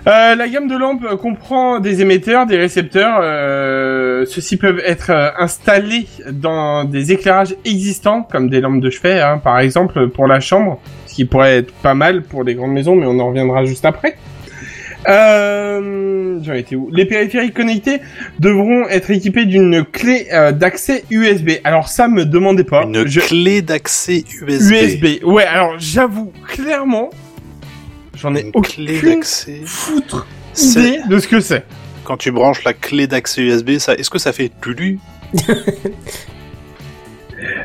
Euh, la gamme de lampes comprend des émetteurs, des récepteurs. euh, Ceux-ci peuvent être euh, installés dans des éclairages existants, comme des lampes de chevet, hein, par exemple pour la chambre, ce qui pourrait être pas mal pour les grandes maisons, mais on en reviendra juste après. Euh, J'en étais où Les périphériques connectés devront être équipés d'une clé euh, d'accès USB. Alors ça, me demandez pas.
Une
Je-
clé d'accès USB.
USB. Ouais, alors j'avoue clairement, j'en ai
Une clé
aucune
d'accès.
foutre
C'est-
idée de ce que c'est.
Quand tu branches la clé d'accès USB, ça, est-ce que ça fait Lulu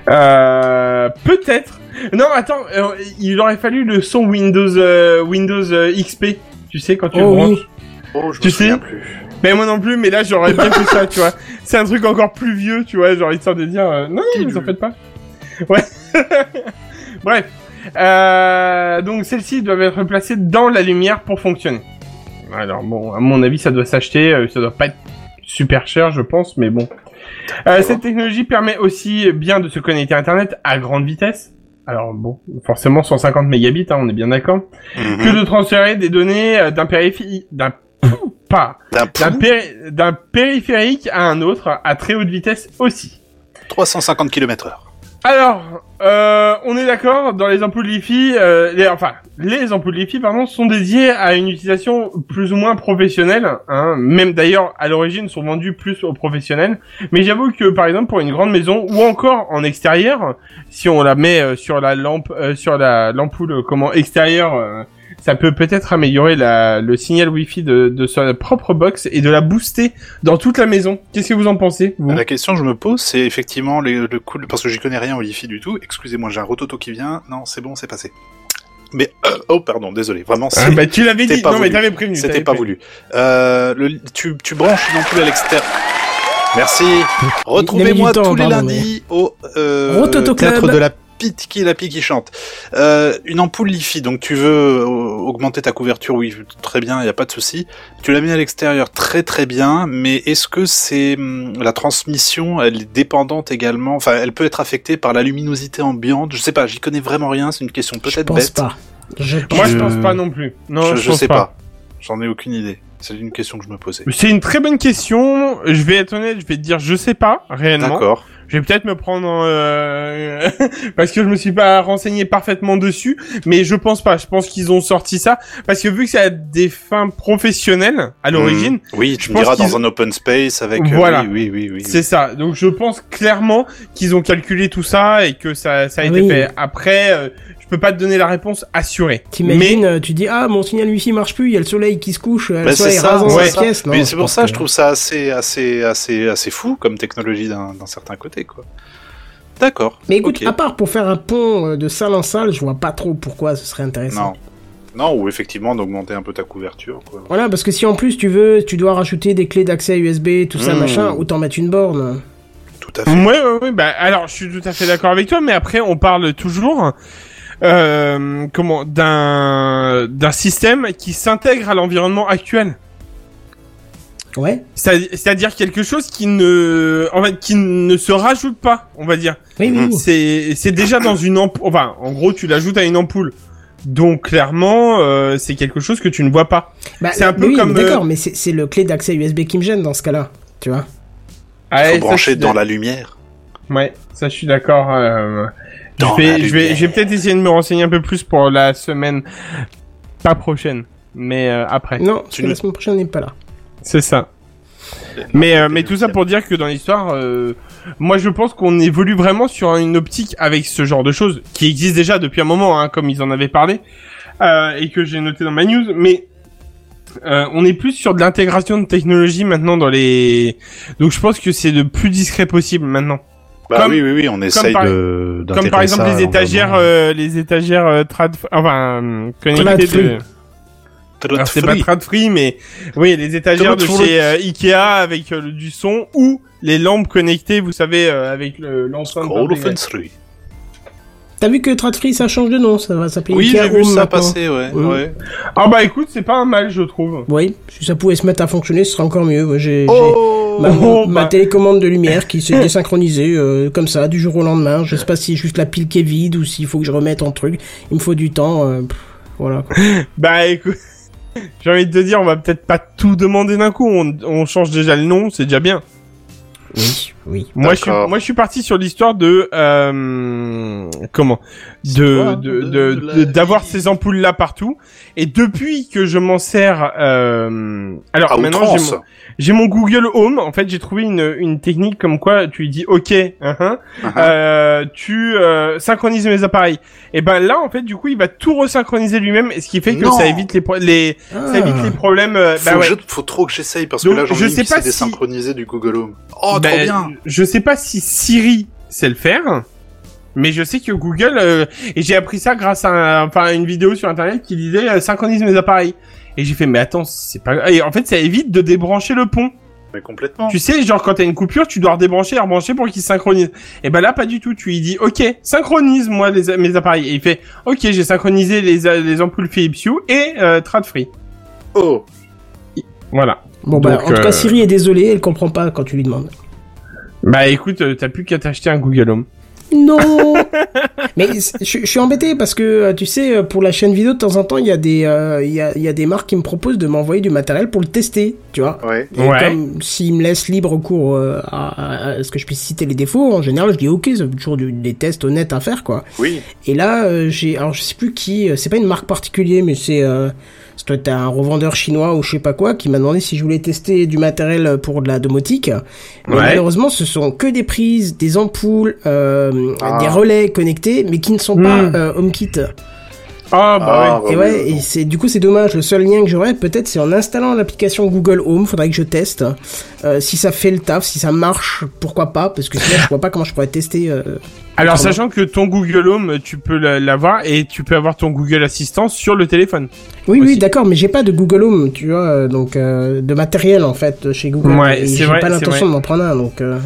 Euh, peut-être. Non, attends, euh, il aurait fallu le son Windows euh, Windows euh, XP. Tu sais quand tu
Oh
branches.
oui.
Oh, je
Tu sais
plus.
Mais moi non plus. Mais là j'aurais bien fait ça, tu vois. C'est un truc encore plus vieux, tu vois. Genre histoire de dire euh, non, non, vous en faites pas. [laughs] Ouais. [laughs] Bref. Euh, donc celles-ci doivent être placées dans la lumière pour fonctionner. Alors bon, à mon avis, ça doit s'acheter, euh, ça doit pas être super cher, je pense, mais bon. Euh, cette technologie permet aussi bien de se connecter à Internet à grande vitesse. Alors bon, forcément 150 mégabits, hein, on est bien d'accord.
Mhm.
Que de transférer des données euh, d'un périphérique, d'un [coughs] pas,
D'un
d'un
pou-
péri- d'un périphérique à un autre à très haute vitesse aussi.
350 km heure.
Alors, euh, on est d'accord, dans les ampoules LiFi, euh, les, enfin, les ampoules LiFi, pardon, sont dédiées à une utilisation plus ou moins professionnelle, hein, même d'ailleurs, à l'origine, sont vendues plus aux professionnels, mais j'avoue que, par exemple, pour une grande maison, ou encore en extérieur, si on la met euh, sur la lampe, euh, sur la l'ampoule, euh, comment, extérieure, euh, ça peut peut-être améliorer la, le signal Wi-Fi de, de sa propre box et de la booster dans toute la maison. Qu'est-ce que vous en pensez vous
La question que je me pose, c'est effectivement le, le coup, de- parce que j'y connais rien au LiFi du tout. Excusez-moi, j'ai un rototo qui vient. Non, c'est bon, c'est passé. Mais euh, oh, pardon, désolé. Vraiment,
Ah,
c'est-
bah, tu l'avais
c'était
dit,
pas
non mais
voulu.
t'avais prévenu.
c'était
t'avais
pas
prévenu.
voulu. Euh, le- tu, tu branches une ampoule à l'extérieur. Merci. Retrouvez-moi
Il y avait du temps,
tous les
pardon,
lundis au euh,
Rototo
théâtre
Club.
de la Pite qui est la Pie qui chante. Euh, une ampoule LiFi, donc tu veux euh, augmenter ta couverture, oui, très bien, il n'y a pas de souci. Tu l'as mis à l'extérieur, très très bien, mais est-ce que c'est hum, la transmission, elle est dépendante également, enfin elle peut être affectée par la luminosité ambiante, je sais pas, j'y connais vraiment rien, c'est une question
Je
peut-être
pense
bête.
pas. Je pense
Moi,
Je-
je pense pas non plus. Non,
je,
je,
je
pense
sais
pas.
pas, j'en ai aucune idée. C'est une question que je me posais.
C'est une très bonne question. Je vais être honnête, je vais te dire, je sais pas réellement.
D'accord.
Je vais peut-être me prendre euh, [laughs] parce que je me suis pas renseigné parfaitement dessus, mais je pense pas. Je pense qu'ils ont sorti ça parce que vu que c'est à des fins professionnelles à l'origine,
Mm. Oui, tu
Je
me
pense
diras
qu'ils-
dans un open space avec. euh,
Voilà.
Oui, oui, oui. oui.
C'est ça. Donc je pense clairement qu'ils ont calculé tout ça et que ça, ça a
Ah
été
oui.
fait. Après, euh, je je peux pas te donner la réponse assurée.
T'imagines, euh, tu dis, ah, mon signal wifi marche plus, il y a le soleil qui se couche, euh, le
Bah, c'est
soleil
ça,
rasant
ouais.
sa pièce. Non,
Mais c'est pour ça,
que-
je trouve ça assez, assez, assez, assez fou comme technologie d'un d'un certain côté, quoi. D'accord.
Mais écoute,
ok.
à part pour faire un pont euh, de salle en salle, je vois pas trop pourquoi ce serait intéressant.
non, non, ou effectivement d'augmenter un peu ta couverture, quoi.
Voilà, parce que si en plus tu veux, tu dois rajouter des clés d'accès USB, tout ça,
Hmm.
Mmh.
machin, autant mettre une borne.
Tout à fait.
Ouais, ouais, ouais, bah, alors je suis tout à fait d'accord avec toi, mais après on parle toujours euh, comment d'un d'un système qui s'intègre à l'environnement actuel.
Ouais.
C'est-à- C'est-à-dire quelque chose qui ne, en fait, qui ne se rajoute pas, on va dire.
Oui, oui.
C'est c'est déjà dans une ampoule. Enfin, en gros, tu l'ajoutes à une ampoule. Donc clairement, euh, c'est quelque chose que tu ne vois pas.
Bah,
c'est un peu
oui,
comme, euh,
mais D'accord, mais c'est c'est le clé d'accès USB qui me gêne dans ce cas-là. Tu vois
Ah,
Faut
ça, je
brancher
suis
dans la lumière.
Ouais, ça je suis d'accord. euh, je
Dans la
vais, je vais,
lumière.
je vais peut-être essayer de me renseigner un peu plus pour la semaine, pas prochaine, mais euh, après.
Non,
Tu
la
nous-
semaine prochaine, on n'est pas là.
C'est ça. Mais, euh, mais tout ça pour dire que dans l'histoire, euh, moi je pense qu'on évolue vraiment sur une optique avec ce genre de choses qui existe déjà depuis un moment, hein, comme ils en avaient parlé euh, et que j'ai noté dans ma news. Mais euh, on est plus sur de l'intégration de technologie maintenant dans les. Donc je pense que c'est le plus discret possible maintenant.
Bah
Comme-
oui, oui, oui, on essaye
par-
de.
Comme
d'intégrer
par exemple
ça
les
à
étagères,
l'environnement.
euh, les étagères euh, trad, enfin euh, connectées
Trad-free.
de. Alors, c'est pas
Trotterie.
trad free, mais oui, les étagères de
Trotterie.
chez euh, Ikea avec euh, le- du son ou les lampes connectées, vous savez, euh, avec le- l'enceinte.
All of
intégrée.
us three.
T'as vu que Tradfree, ça change de nom, ça va s'appeler
Oui,
Ikea
j'ai vu
Home
ça
maintenant.
passer, ouais.
Oui.
ouais.
Ah bah écoute, c'est pas un mal, je trouve. [laughs]
Oui, si ça pouvait se mettre à fonctionner, ce serait encore mieux. Moi, J'ai j'ai
Oh
ma,
Oh,
ma
bah.
télécommande de lumière qui
[laughs]
s'est désynchronisée euh, comme ça, du jour au lendemain. Je sais pas si juste la pile qui est vide ou s'il faut que je remette en truc. Il me faut du temps. euh, pff, voilà.
[laughs]
quoi.
Bah écoute, [laughs] j'ai envie de te dire, on va peut-être pas tout demander d'un coup. On, on change déjà le nom, c'est déjà bien.
Oui, oui.
Moi je suis,
D'accord.
moi je suis parti sur l'histoire de euh, comment de
quoi, de-
de- de-
de la
de- d'avoir
vie.
ces ampoules là partout. Et depuis que je m'en sers, euh, alors
À
maintenant j'ai
outrance.
mon- J'ai mon Google Home. En fait, j'ai trouvé une, une technique comme quoi tu lui dis OK, hein, hein,
Ah ah.
euh, tu euh, synchronises mes appareils. Et ben là, en fait, du coup, il va tout resynchroniser lui-même, et ce qui fait que
Non. Ah.
ça évite les pro- les ça
Ah.
évite les problèmes. euh,
Faut,
bah
que
ouais.
je- faut trop que j'essaye parce
Donc,
que là j'en
je
ai
sais
une qui
pas
s'est
si-
désynchronisée du Google Home. Oh,
Bah,
trop bien
Je sais pas si Siri sait le faire. Mais je sais que Google euh, et j'ai appris ça grâce à un- enfin une vidéo sur internet qui disait euh, synchronise mes appareils et j'ai fait mais attends c'est pas et en fait ça évite de débrancher le pont
Mais complètement.
Tu sais, genre quand t'as une coupure, tu dois redébrancher et rebrancher pour qu'ils synchronisent. Et ben là, pas du tout. Tu lui dis, ok, synchronise moi les, mes appareils. Et il fait, ok, j'ai synchronisé les, a- les ampoules Philips Hue et euh, Tradfree.
Oh
Voilà.
Bon, bah,
Donc,
en tout cas,
euh,
Siri est désolée, elle comprend pas quand tu lui demandes.
Bah écoute, euh, t'as plus qu'à t'acheter un Google Home.
Non [laughs] Mais c- je je suis embêté parce que, euh, tu sais, euh, pour la chaîne vidéo, de temps en temps, il y, a des, euh, il y, a, il y a des marques qui me proposent de m'envoyer du matériel pour le tester, tu vois.
Ouais.
Et
Ouais.
comme s'ils me laissent libre cours euh, à, à- à ce que je puisse citer les défauts, en général, je dis ok, c'est toujours du- des tests honnêtes à faire, quoi.
Oui.
Et là, euh, j'ai, alors je sais plus qui, euh, c'est pas une marque particulière, mais c'est, euh, ça doit être un revendeur chinois ou je sais pas quoi, qui m'a demandé si je voulais tester du matériel pour de la domotique. Mais
Ouais.
malheureusement, ce sont que des prises, des ampoules, euh,
Ah.
des relais connectés, mais qui ne sont
Hmm.
pas euh, HomeKit.
Ah bah
Ah,
ouais.
bah
et
oui,
ouais,
oui,
et
non.
c'est du coup c'est dommage. Le seul lien que j'aurais peut-être c'est en installant l'application Google Home. Faudrait que je teste Euh, si ça fait le taf, si ça marche, pourquoi pas Parce que
[laughs]
sinon je vois pas comment je pourrais tester. euh.
Alors sachant que ton Google Home, tu peux la- l'avoir et tu peux avoir ton Google Assistant sur le téléphone.
Oui,
Aussi.
oui, d'accord, mais j'ai pas de Google Home, tu vois, euh, donc euh, de matériel en fait euh, chez Google.
Ouais,
Et
c'est
j'ai
vrai,
pas
c'est
l'intention
vrai.
de m'en prendre un, donc. euh,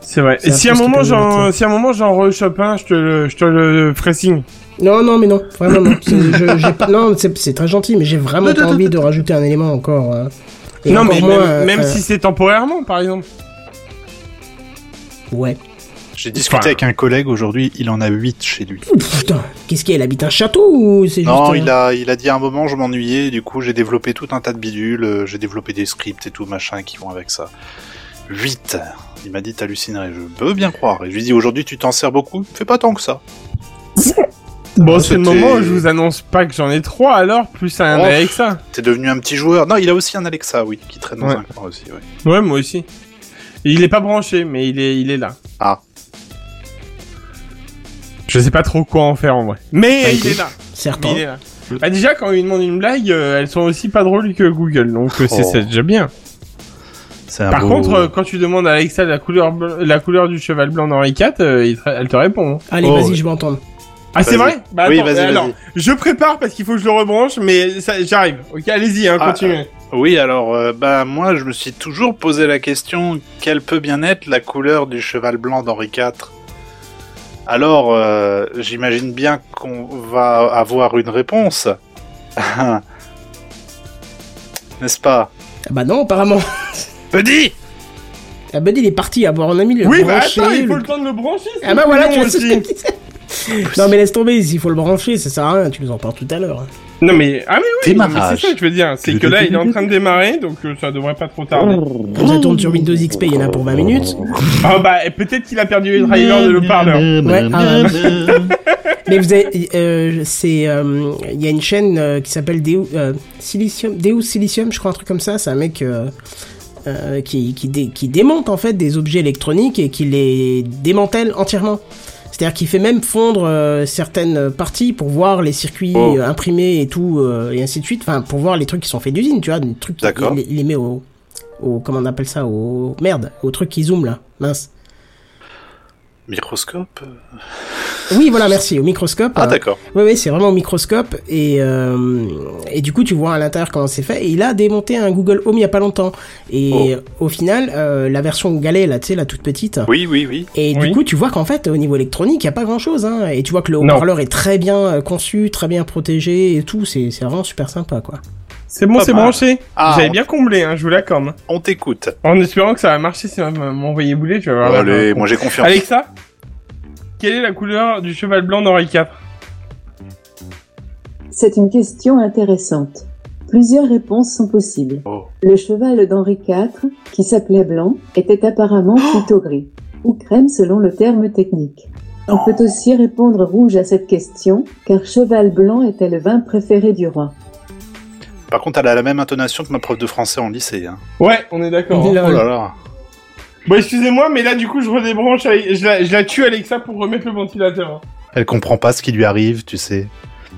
C'est vrai.
C'est
Et
un
si
peu
à un
ce qui
moment
peut me
j'en
embêter.
si à un moment j'en rechope un, je te le je te le ferai signe.
Non, non, mais non, vraiment non. C'est- je- j'ai pas- non, c'est c'est très gentil, mais j'ai vraiment pas envie de rajouter un élément encore. euh, et
non
encore
mais
moins,
même,
euh,
même
euh,
si c'est temporairement par exemple.
Ouais.
J'ai discuté
Enfin.
avec un collègue aujourd'hui, il en a 8 chez lui.
Ouf, putain, qu'est-ce qu'il y a Il habite un château ou c'est juste.
Non,
euh,
il a, il a dit à un moment je m'ennuyais, et du coup j'ai développé tout un tas de bidules, euh, j'ai développé des scripts et tout machin qui vont avec ça. 8 Il m'a dit t'hallucinerais, je peux bien croire. Et je lui ai dit aujourd'hui tu t'en sers beaucoup, fais pas tant que ça.
Bon,
Ah,
c'est le
c'était-
moment où je vous annonce pas que j'en ai trois alors, plus un
Oh.
Alexa.
T'es devenu un petit joueur. Non, il a aussi un Alexa, oui, qui traîne dans
Ouais.
un coin aussi, oui.
Ouais, moi aussi. Il est pas branché, mais il est, il est là.
Ah.
Je Je sais pas trop quoi en faire en vrai. Mais
Bah,
il
écoute,
est là.
Certain.
Il est là. Bah déjà quand ils demandent une blague, euh, elles sont aussi pas drôles que Google, donc euh, c'est
Oh. Ah
c'est déjà bien.
C'est un
Par
beau-
contre, euh, quand tu demandes à Alexa la couleur bleu- la couleur du cheval blanc d'Henri IV, euh, il te- elle te répond.
Allez,
Oh,
vas-y,
ouais.
je m'entends.
Ah c'est
Vas-y.
vrai Bah
Oui,
attends,
vas-y,
alors,
vas-y.
je prépare parce qu'il faut que je le rebranche, mais ça- j'arrive. Ok, allez-y, hein,
Ah,
continuez.
Oui, alors, euh, bah, moi, je me suis toujours posé la question quelle peut bien être la couleur du cheval blanc d'Henri IV Alors, euh, j'imagine bien qu'on va avoir une réponse. [laughs] N'est-ce pas
Ah Bah non, apparemment. [laughs]
Buddy
Ah bah il est parti, ah bah on a mis le
oui, bah
brancher,
attends, il faut
le-
le temps de le brancher.
Ah bah voilà, tu vois ce que je te disais. [laughs] Non mais laisse tomber, s'il faut le brancher, ça sert à rien, tu nous en parles tout à l'heure. hein.
Non mais ah mais oui, non, mais
Démarrage.
c'est ça que je veux dire, c'est que là il est en train de démarrer, donc euh, ça devrait pas
[laughs]
trop tarder.
Vous êtes tourne sur Windows XP, il y en a pour 20 minutes.
Ah bah et peut-être qu'il a perdu les drivers de le parleur.
Ouais, ah, Mais vous avez, euh, c'est, euh, il y a une chaîne euh, qui s'appelle Deu, euh, Silicium, Deus Silicium, je crois un truc comme ça. C'est un mec euh, euh, qui qui, dé- qui démonte en fait des objets électroniques et qui les démantèle entièrement. C'est-à-dire qu'il fait même fondre euh, certaines parties pour voir les circuits
Oh.
euh, imprimés et tout euh, et ainsi de suite. Enfin, pour voir les trucs qui sont faits d'usine, tu vois, des trucs. qui-
D'accord.
Il, les- il les met au, au, comment on appelle ça, au merde, au truc qui zoome là. Mince.
Microscope
Oui, voilà, merci. Au microscope.
Ah,
euh,
d'accord.
Oui, oui, c'est vraiment au microscope et, euh, et du coup tu vois à l'intérieur comment c'est fait. Et il a démonté un Google Home il y a pas longtemps et au final euh, la version galet là, tu sais, la toute petite.
Oh. Oui, oui, oui.
Et du
Oui.
coup tu vois qu'en fait au niveau électronique il y a pas grand chose hein. Et tu vois que le
Non.
haut-parleur est très bien euh, conçu, très bien protégé et tout. C'est c'est vraiment super sympa quoi.
C'est bon,
Pas
c'est
mal.
branché.
Ah,
J'avais
on-
bien comblé, hein, je vous l'accorde.
On t'écoute.
En espérant que ça va marcher, ça va m- m'envoyer bouler, je vais avoir la-
Ah, Allez, moi j'ai confiance.
Alexa, quelle est la couleur du cheval blanc d'Henri IV
C'est une question intéressante. Plusieurs réponses sont possibles.
Oh.
Le cheval d'Henri IV, qui s'appelait Blanc, était apparemment plutôt gris, ou crème selon le terme technique. On peut aussi répondre rouge à cette question, car cheval blanc était le vin préféré du roi.
Par contre, elle a la même intonation que ma prof de français en lycée. Hein.
Ouais, on est d'accord. hein.
Lol.
Oh là là.
Bon, excusez-moi, mais là, du coup, je redébranche, Ale- je la, je la tue, Alexa, pour remettre le ventilateur. hein.
Elle comprend pas ce qui lui arrive, tu sais.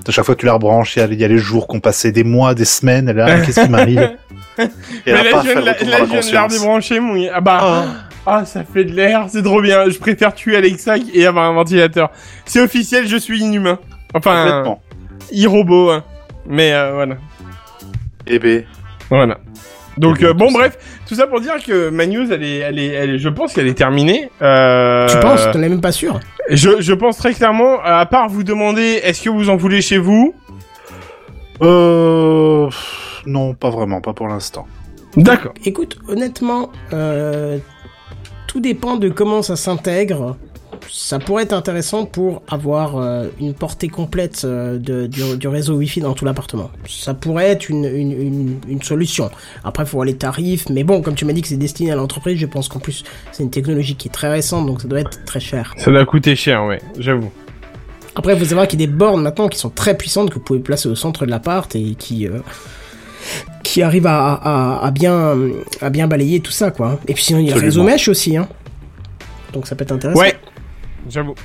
À chaque fois que tu la rebranches, il y a- il y, a les jours qu'on passait, des mois, des semaines. Elle est
[laughs]
là, qu'est-ce qui m'arrive Et
mais
elle a
là,
pas
je viens
fait
de la,
retourner
là,
la
je viens de la
conscience.
débrancher, mon gars. Ah bah, ah, ça fait de l'air, c'est trop bien. Je préfère tuer Alexa et avoir un ventilateur. C'est officiel, je suis inhumain. Enfin,
Complètement.
e-robot. hein. Mais euh, voilà.
Eh ben,
Voilà. Donc
Et
euh,
bon, Eh
bon
tout ça.
bref, tout ça pour dire que ma news, elle est, elle est, elle est- je pense qu'elle est terminée. Euh,
Tu penses T'en es même pas sûr
je, je pense très clairement, euh, à part vous demander, est-ce que vous en voulez chez vous
euh... pff, Non, pas vraiment, pas pour l'instant.
D'accord.
Écoute, honnêtement, euh, tout dépend de comment ça s'intègre. Ça pourrait être intéressant pour avoir euh, une portée complète euh, de- du, du réseau Wi-Fi dans tout l'appartement. Ça pourrait être une, une- une- une solution. Après, il faut voir les tarifs, mais bon, comme tu m'as dit que c'est destiné à l'entreprise, je pense qu'en plus, c'est une technologie qui est très récente, donc ça doit être très cher.
Ça doit coûter cher, ouais, j'avoue.
Ah,
Après, il faut savoir qu'il y a des bornes maintenant qui sont très puissantes que vous pouvez placer au centre de l'appart et qui euh, qui arrivent à, à, à bien à bien balayer tout ça quoi. Et puis sinon il y a le réseau
Absolument.
mesh aussi hein. Donc ça peut être intéressant.
Ouais, j'avoue.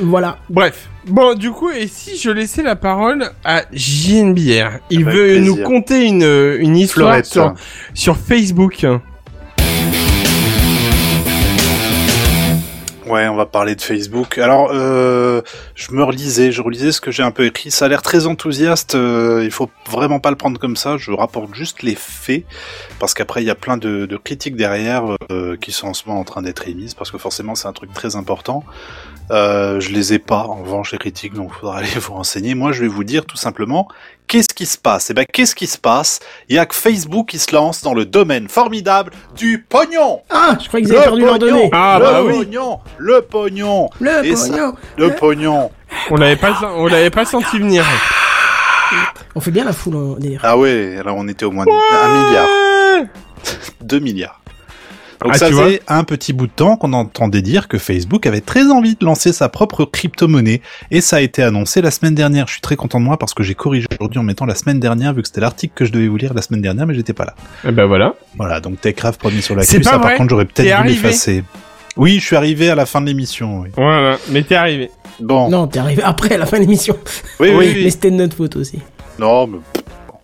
Voilà.
Bref. Bon, du coup, et si je laissais la parole à JNBR Il
Avec
veut
plaisir.
nous conter une, une histoire
Fleurette.
sur, sur Facebook.
Ouais, on va parler de Facebook. Alors, euh, je me relisais, je relisais ce que j'ai un peu écrit. Ça a l'air très enthousiaste. euh, il faut vraiment pas le prendre comme ça. Je rapporte juste les faits, parce qu'après il y a plein de, de critiques derrière euh, qui sont en ce moment en train d'être émises, parce que forcément c'est un truc très important. Euh, je les ai pas. En revanche, les critiques, donc faudra [laughs] aller vous renseigner. Moi, je vais vous dire tout simplement qu'est-ce qui se passe. Eh ben, qu'est-ce qui se passe Il y a que Facebook qui se lance dans le domaine formidable du pognon.
Ah, je crois qu'ils
Le
avaient perdu leur
pognon.
donnée.
Ah,
le
bah oui.
pognon, le pognon.
Le
Et ça-
pognon.
Le pognon.
On l'avait pas, on l'avait pas senti venir.
On fait bien la foule en délire.
Ah ouais, là on était au moins un milliard, deux milliards. Donc
Ah,
ça
tu vois.
faisait un petit bout de temps qu'on entendait dire que Facebook avait très envie de lancer sa propre crypto-monnaie et ça a été annoncé la semaine dernière. Je suis très content de moi parce que j'ai corrigé aujourd'hui en mettant la semaine dernière vu que c'était l'article que je devais vous lire la semaine dernière mais j'étais pas là.
Et ben voilà.
Voilà, donc Techcraft premier sur la
C'est
queue,
pas
ça par
vrai.
contre j'aurais
T'es
peut-être dû
arrivé.
l'effacer. Oui, je suis arrivé à la fin de l'émission. Oui.
Voilà, mais t'es arrivé.
Bon.
Non, t'es arrivé après à la fin de l'émission.
Oui, oui, oui.
Mais c'était de notre faute aussi.
Non, mais... bon.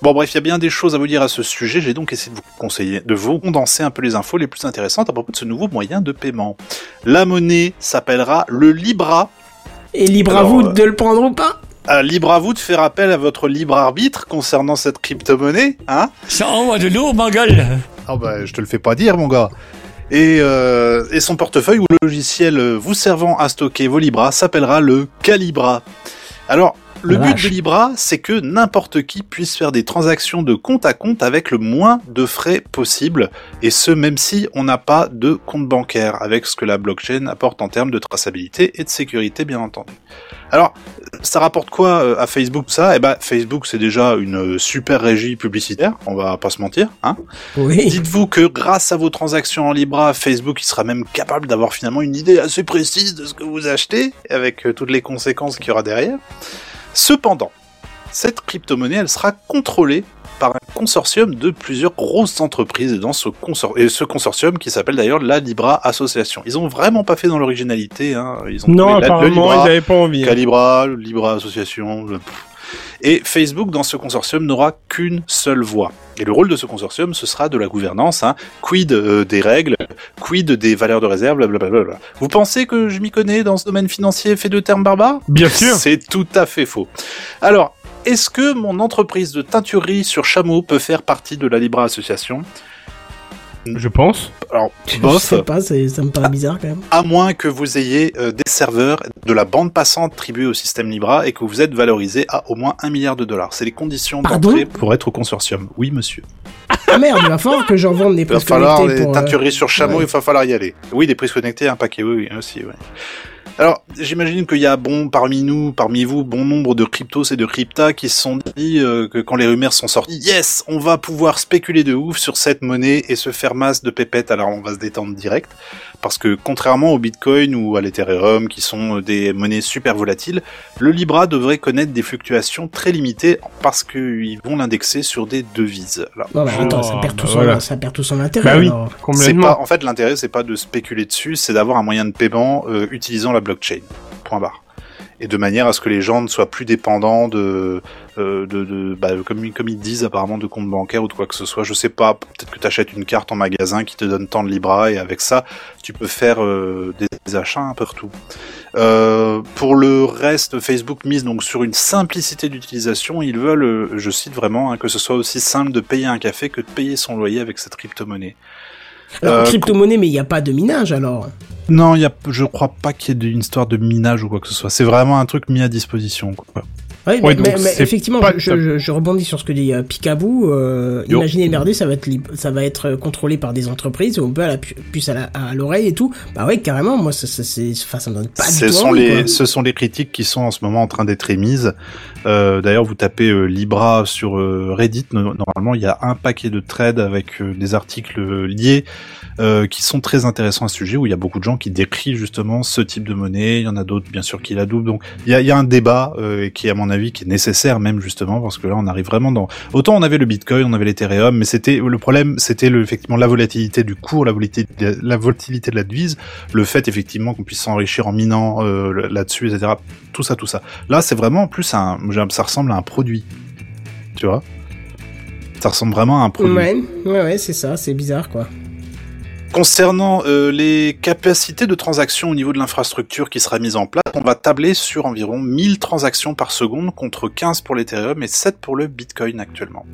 Bon, bref, il y a bien des choses à vous dire à ce sujet. J'ai donc essayé de vous conseiller, de vous condenser un peu les infos les plus intéressantes à propos de ce nouveau moyen de paiement. La monnaie s'appellera le Libra.
Et libre à
Alors,
vous
euh,
de le prendre ou pas.
Ah, libre à vous de faire appel à votre libre arbitre concernant cette crypto-monnaie, hein
Ça envoie de lourd, ma gueule.
Ah bah, je te le fais pas dire, mon gars. Et, euh, et son portefeuille ou le logiciel euh, vous servant à stocker vos Libras s'appellera le Calibra. Alors, le
La
but
vache.
de Libra, c'est que n'importe qui puisse faire des transactions de compte à compte avec le moins de frais possible, et ce même si on n'a pas de compte bancaire, avec ce que la blockchain apporte en termes de traçabilité et de sécurité, bien entendu. Alors, ça rapporte quoi euh, à Facebook tout ça Eh ben, Facebook, c'est déjà une euh, super régie publicitaire, on va pas se mentir, hein
Oui.
[laughs] Dites-vous que grâce à vos transactions en Libra, Facebook il sera même capable d'avoir finalement une idée assez précise de ce que vous achetez, avec euh, toutes les conséquences qu'il y aura derrière. Cependant, cette crypto-monnaie, elle sera contrôlée par un consortium de plusieurs grosses entreprises dans ce, consor- et ce consortium qui s'appelle d'ailleurs la Libra Association. Ils ont vraiment pas fait dans l'originalité, hein. Ils ont
Non,
trouvé la- le
apparemment,
Libra,
ils avaient pas envie. hein.
Calibra, Libra Association. le- pff. Et Facebook, dans ce consortium, n'aura qu'une seule voix. Et le rôle de ce consortium, ce sera de la gouvernance. Hein. Quid euh, des règles, quid des valeurs de réserve, blablabla. Vous pensez que je m'y connais dans ce domaine financier fait de termes barbares
Bien sûr.
C'est tout à fait faux. Alors, est-ce que mon entreprise de teinturerie sur chameau peut faire partie de la Libra Association
Je pense.
Alors,
Je
bof.
sais pas, c'est- ça me paraît bizarre quand même.
à moins que vous ayez euh, des serveurs, de la bande passante attribuée au système Libra et que vous êtes valorisé à au moins un milliard de dollars. C'est les conditions
Pardon
d'entrée pour être au consortium. Oui, monsieur.
Ah merde, il va falloir que j'en vende des
Il va
prises
falloir
connectées
les
pour. euh,
teinturer sur chameau,
ouais.
il va falloir y aller. Oui, des prises connectées, un paquet, oui, oui, aussi, ouais. Alors, j'imagine qu'il y a bon parmi nous, parmi vous, bon nombre de cryptos et de cryptas qui se sont dit euh, que quand les rumeurs sont sorties, yes, on va pouvoir spéculer de ouf sur cette monnaie et se faire masse de pépettes. Alors, on va se détendre direct parce que contrairement au Bitcoin ou à l'Ethereum qui sont euh, des monnaies super volatiles, le Libra devrait connaître des fluctuations très limitées parce qu'ils vont l'indexer sur des devises. Alors,
Non, mais
je-
attends, ça perd
bah
tout son,
voilà.
ça perd tout son intérêt.
Bah oui,
alors.
c'est
complètement.
pas, en fait, l'intérêt, c'est pas de spéculer dessus, c'est d'avoir un moyen de paiement euh, utilisant la blockchain. Point barre. Et de manière à ce que les gens ne soient plus dépendants de, euh, de, de bah, comme, comme ils disent apparemment, de compte bancaire ou de quoi que ce soit. Je sais pas, peut-être que tu achètes une carte en magasin qui te donne tant de Libra et avec ça, tu peux faire euh, des, des achats un peu partout. Euh, pour le reste, Facebook mise donc sur une simplicité d'utilisation. Ils veulent, euh, je cite vraiment, hein, que ce soit aussi simple de payer un café que de payer son loyer avec cette crypto-monnaie.
Alors,
Euh,
crypto-monnaie, mais il n'y a pas de minage alors.
Non, y a, je crois pas qu'il y ait de- une histoire de minage ou quoi que ce soit. C'est vraiment un truc mis à disposition. Quoi.
Oui, mais,
Ouais, donc
mais- mais
c'est
effectivement,
pas-
je, je- je rebondis sur ce que dit euh, Picaboo. euh,
Yo.
imaginez le merdier, ça va être libre- ça va être euh, contrôlé par des entreprises, on peut à la pu- puce à la- à l'oreille et tout. Bah ouais, carrément. Moi, ça, ça, c'est, enfin, ça me donne pas
Ce
du tout
sont
envie,
les,
quoi.
ce sont les critiques qui sont en ce moment en train d'être émises. Euh, D'ailleurs, vous tapez euh, Libra sur euh, Reddit. no- Normalement, il y a un paquet de trades avec euh, des articles euh, liés euh, qui sont très intéressants à ce sujet, où il y a beaucoup de gens qui décrivent justement ce type de monnaie. Il y en a d'autres, bien sûr, qui la doublent. Donc, il y a, il y a un débat euh, qui, à mon avis, qui est nécessaire même justement, parce que là, on arrive vraiment dans. Autant on avait le Bitcoin, on avait l'Ethereum, mais c'était le problème, c'était le- effectivement la volatilité du cours, la volatilité, la volatilité de la devise, le fait effectivement qu'on puisse s'enrichir en minant euh, le- là-dessus, etc. Tout ça, tout ça. Là, c'est vraiment plus un. j'ai- Ça ressemble à un produit. Tu vois Ça ressemble vraiment à un produit.
Ouais, ouais, ouais, c'est ça, c'est bizarre quoi.
Concernant euh, les capacités de transaction au niveau de l'infrastructure qui sera mise en place, on va tabler sur environ 1000 transactions par seconde contre 15 pour l'Ethereum et 7 pour le Bitcoin actuellement.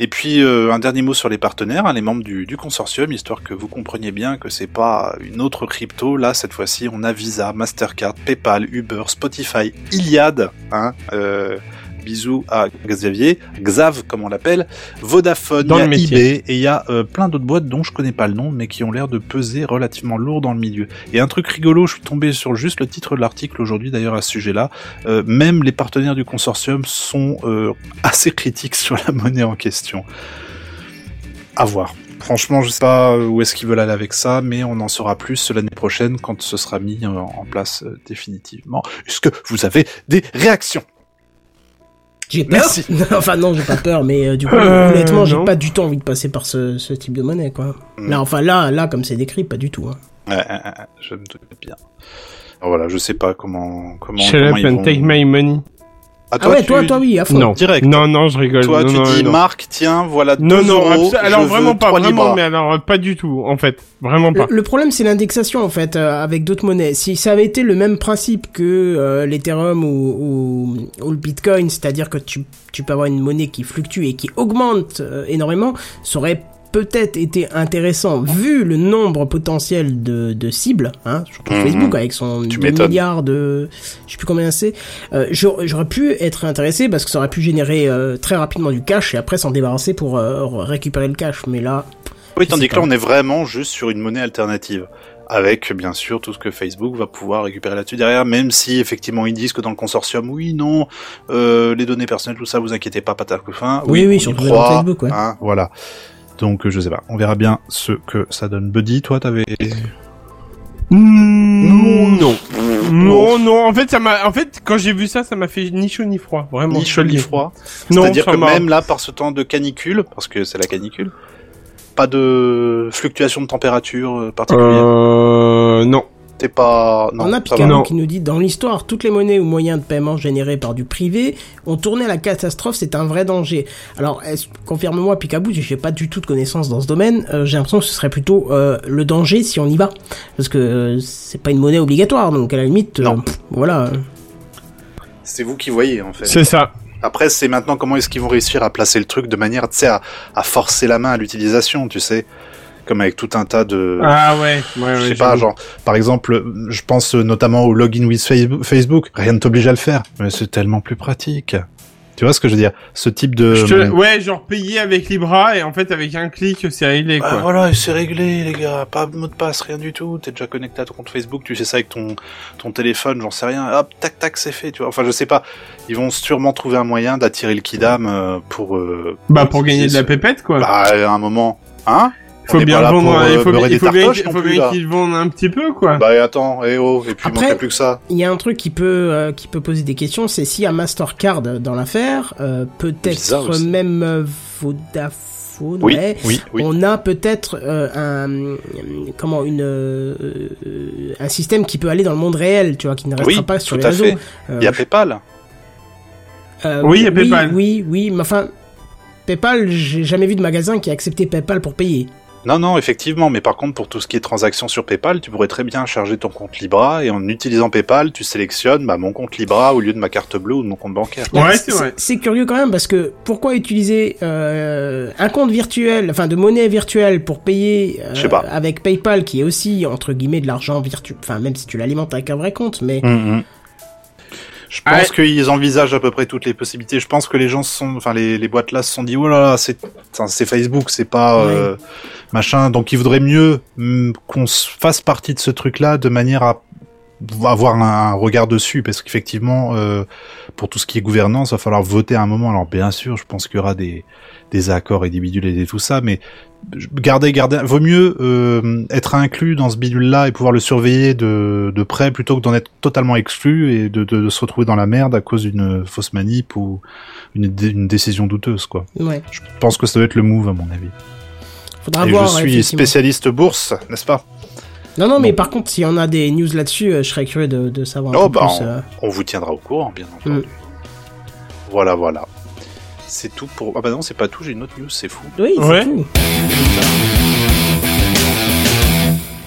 Et puis euh, un dernier mot sur les partenaires, hein, les membres du, du consortium, histoire que vous compreniez bien que c'est pas une autre crypto. Là cette fois-ci, on a Visa, Mastercard, PayPal, Uber, Spotify, Iliad, hein, euh, bisous à Xavier, Xav comme on l'appelle, Vodafone,
Dans
il y a
le métier.
eBay, et il y a euh, plein d'autres boîtes dont je connais pas le nom, mais qui ont l'air de peser relativement lourd dans le milieu. Et un truc rigolo, je suis tombé sur juste le titre de l'article aujourd'hui d'ailleurs à ce sujet-là. Euh, même les partenaires du consortium sont euh, assez critiques sur la monnaie en question. À voir. Franchement, je sais pas où est-ce qu'ils veulent aller avec ça, mais on en saura plus l'année prochaine quand ce sera mis euh, en place euh, définitivement. Est-ce que vous avez des réactions
J'ai peur.
Merci.
enfin [laughs] non, j'ai pas peur, mais euh, du coup,
Euh,
honnêtement, j'ai
non.
pas du tout envie de passer par ce, ce type de monnaie quoi.
Mm.
Là, enfin là, là, comme c'est décrit, pas du tout. hein.
Ouais, ouais, ouais, je me doute bien. Alors voilà, je sais pas comment comment.
Shut up
comment ils
and
vont-
take my money.
Ah,
Ah ouais,
tu-
toi, toi, oui, à fond.
Non.
Direct.
Non, non, je rigole.
Toi,
non,
tu
non,
dis
non.
Marc, tiens, voilà 2
Non, non,
euros.
abso- alors
je
vraiment
veux
pas,
trois
vraiment,
libras.
mais alors euh, pas du tout, en fait, vraiment
Le,
pas.
le problème, c'est l'indexation en fait euh, avec d'autres monnaies. Si ça avait été le même principe que euh, l'Ethereum ou, ou, ou le Bitcoin, c'est-à-dire que tu, tu peux avoir une monnaie qui fluctue et qui augmente euh, énormément, ça aurait peut-être été intéressant vu le nombre potentiel de, de cibles, hein, surtout
Mhm.
Facebook avec son
Tu
2
m'étonnes.
milliards de, je sais plus combien c'est. Euh, j'aur- J'aurais pu être intéressé parce que ça aurait pu générer euh, très rapidement du cash et après s'en débarrasser pour euh, récupérer le cash. Mais là,
Oui, tandis que là, on est vraiment juste sur une monnaie alternative. Avec, bien sûr, tout ce que Facebook va pouvoir récupérer là-dessus derrière, même si, effectivement, ils disent que dans le consortium, oui, non, euh, les données personnelles, tout ça, vous inquiétez pas, patate couffin.
Oui, oui,
on y
surtout dans
croit,
Facebook, ouais.
hein, voilà. Donc, euh, je sais pas. On verra bien ce que ça donne. Buddy, toi, t'avais... Mm,
Non, non, non, non. En fait, ça m'a, en fait, quand j'ai vu ça, ça m'a fait ni chaud ni froid, vraiment.
Ni chaud, ni froid.
Non,
C'est-à-dire
ça
que
m'a-
même là, par ce temps de canicule, parce que c'est la canicule, pas de fluctuation de température euh, particulière.
Euh, non.
T'es pas... Non,
on a
ça va.
Picard
Non.
qui nous dit dans l'histoire, toutes les monnaies ou moyens de paiement générés par du privé ont tourné à la catastrophe, c'est un vrai danger. Alors, est-ce- confirme-moi Picabou, j'ai pas du tout de connaissances dans ce domaine, euh, j'ai l'impression que ce serait plutôt euh, le danger si on y va. Parce que euh, c'est pas une monnaie obligatoire, donc à la limite, euh,
Non.
pff, voilà.
C'est vous qui voyez, en fait.
C'est ça.
Après, c'est maintenant comment est-ce qu'ils vont réussir à placer le truc de manière, tu sais, à, à forcer la main à l'utilisation, tu sais, comme avec tout un tas de,
Ah ouais. ouais, ouais
euh, je sais
j'avoue.
pas, genre, par exemple, je pense notamment au login with Facebook- Facebook. Rien ne t'oblige à le faire, mais c'est tellement plus pratique. Tu vois ce que je veux dire Ce type de, euh,
Je te- Ouais, genre payer avec Libra et en fait avec un clic c'est réglé
Bah
quoi.
voilà, c'est réglé, les gars. Pas de mot de passe, rien du tout. T'es déjà connecté à ton compte Facebook, tu sais ça avec ton, ton téléphone, j'en sais rien. Hop, tac, tac, c'est fait, tu vois. Enfin, je sais pas. Ils vont sûrement trouver un moyen d'attirer le kidam euh, pour. euh,
Bah pour gagner de la
ce-
pépette quoi.
Bah, euh, à un moment. Hein
faut
on est
bien
pas là
vendre,
pour,
un- il
euh,
faut bien,
beurrer des
il faut bien
tartoches
qu'il-
non
faut
plus,
bien
là.
qu'ils vendent un petit peu quoi.
Bah, et attends, eh oh, et puis il
Après-
manquait plus que ça.
Il y a un truc qui peut, euh, qui peut poser des questions, c'est s'il y a Mastercard dans l'affaire, euh,
Bizarre
peut-être
aussi.
même euh, Vodafone,
Oui,
ouais.
oui, oui.
on a peut-être euh, un comment une euh, euh, un système qui peut aller dans le monde réel, tu vois, qui ne restera
Oui,
pas sur
tout
les
à
réseaux.
fait.
Euh,
Il y a PayPal.
euh,
Oui, il y a PayPal.
Oui, oui, mais enfin PayPal, j'ai jamais vu de magasin qui a accepté PayPal pour payer.
Non, non, effectivement, mais par contre, pour tout ce qui est transactions sur PayPal, tu pourrais très bien charger ton compte Libra et en utilisant PayPal, tu sélectionnes bah, mon compte Libra au lieu de ma carte bleue ou de mon compte bancaire.
Ouais, c'est vrai.
C'est curieux quand même parce que pourquoi utiliser euh, un compte virtuel, enfin de monnaie virtuelle pour payer euh,
Je sais pas.
avec PayPal qui est aussi entre guillemets de l'argent virtuel, enfin même si tu l'alimentes avec un vrai compte, mais
Je pense
Ouais.
qu'ils envisagent à peu près toutes les possibilités. Je pense que les gens se sont, enfin les, les boîtes là se sont dit oh là là c'est enfin, c'est Facebook, c'est pas euh, machin. Donc il vaudrait mieux hum, qu'on se fasse partie de ce truc là de manière à avoir un, un regard dessus parce qu'effectivement euh, pour tout ce qui est gouvernance, va falloir voter à un moment. Alors bien sûr, je pense qu'il y aura des des accords et des bidules et des- tout ça, mais garder, garder. Vaut mieux euh, être inclus dans ce bidule-là et pouvoir le surveiller de, de près plutôt que d'en être totalement exclu et de, de, de se retrouver dans la merde à cause d'une fausse manip ou une, dé- une décision douteuse, quoi.
ouais.
Je pense que ça doit être le move, à mon avis.
Faudra
Hum. et
voir.
je suis
effectivement.
spécialiste bourse, n'est-ce pas
Non, non, mais
Bon.
par contre, si on a des news là-dessus, euh, je serais curieux de, de savoir un
Oh,
peu
bah,
plus. euh.
On vous tiendra au courant, bien
Mm.
entendu. Voilà, voilà. C'est tout pour. Ah bah non, c'est pas tout, j'ai une autre news, c'est fou.
Oui, c'est
Ouais.
tout.
Euh,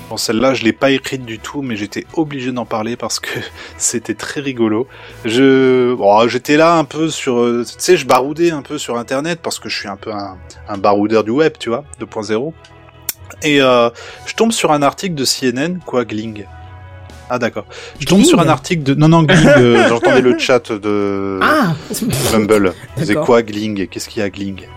Bon, celle-là, je l'ai pas écrite du tout, mais j'étais obligé d'en parler parce que [laughs] c'était très rigolo. Je, bon, j'étais là un peu sur, euh, tu sais, je baroudais un peu sur Internet parce que je suis un peu un, un baroudeur du web, tu vois, 2.0. Et euh, je tombe sur un article de CNN, quoi, Gling. Ah d'accord. Je tombe
Gling
sur un article de, non non Gling. euh, J'entendais le chat de.
Ah
Bumble. C'est
D'accord.
quoi Gling Qu'est-ce qu'il y a Gling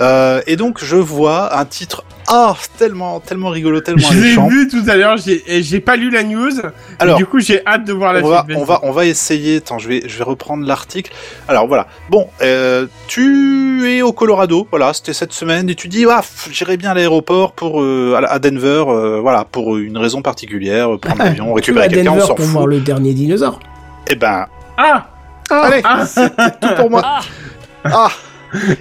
Euh, Et donc je vois un titre ah tellement tellement rigolo tellement
Je l'ai
alléchant.
vu tout à l'heure, j'ai et j'ai pas lu la news.
Alors
Alors, du coup, j'ai hâte de voir la
on va,
suite.
on va, on va essayer. Attends, je vais, je vais reprendre l'article. Alors voilà. Bon, euh, tu es au Colorado. Voilà, c'était cette semaine et tu dis, ah, pff, j'irai bien à l'aéroport pour euh, à la- à Denver. euh, voilà, pour une raison particulière,
[laughs]
euh, prendre l'avion,
[laughs] Tu vas
récupérer
à
quelqu'un, on
Denver
s'en
pour voir
fout.
le dernier dinosaure. Ah
Eh ben, [laughs]
Ah
allez,
Ah
tout pour moi.
Ah
Ah,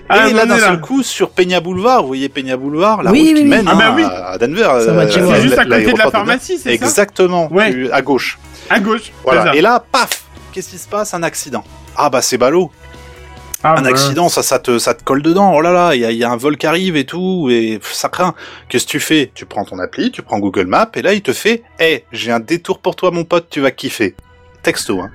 Ah,
et
on
là,
est
d'un
là.
seul coup, sur Peña Boulevard, vous voyez Peña Boulevard, la
Oui,
route qui
oui, oui.
mène
Ah bah
hein,
oui.
à Denver.
Ça
euh,
va de chez moi.
C'est juste à côté de
l'aéroport
la pharmacie, c'est ça
Exactement,
Ouais.
tu- à gauche.
À gauche. c'est
Voilà.
ça.
Et là, paf Qu'est-ce qui se passe Un accident. Ah bah c'est ballot.
Ah,
un
ouais.
accident, ça, ça, te, ça te colle dedans. Oh là là, il y a, il y a un vol qui arrive et tout, et pff, ça craint. Qu'est-ce que tu fais Tu prends ton appli, tu prends Google Maps, et là, il te fait Hé, j'ai un détour pour toi, mon pote, tu vas kiffer. Texto, hein.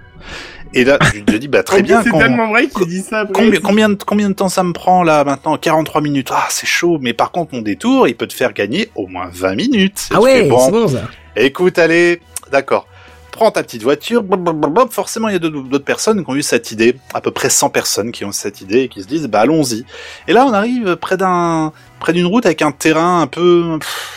Et là, je te dis Bah
[laughs]
très
Combien
bien,
C'est
qu'on-
tellement vrai qu'il dit ça. après.
Combien, combien, de, combien de temps ça me prend là maintenant 43 minutes. Ah, c'est chaud, mais par contre, mon détour, il peut te faire gagner au moins 20 minutes. Et
Ah
tu
ouais,
fais, bon,
c'est bon ça.
Écoute, allez, d'accord. Prends ta petite voiture. blop, blop, blop, blop. Forcément, il y a d'autres d'autres personnes qui ont eu cette idée. À peu près 100 personnes qui ont cette idée et qui se disent, bah allons-y. Et là, on arrive près d'un, près d'une route avec un terrain un peu. pff,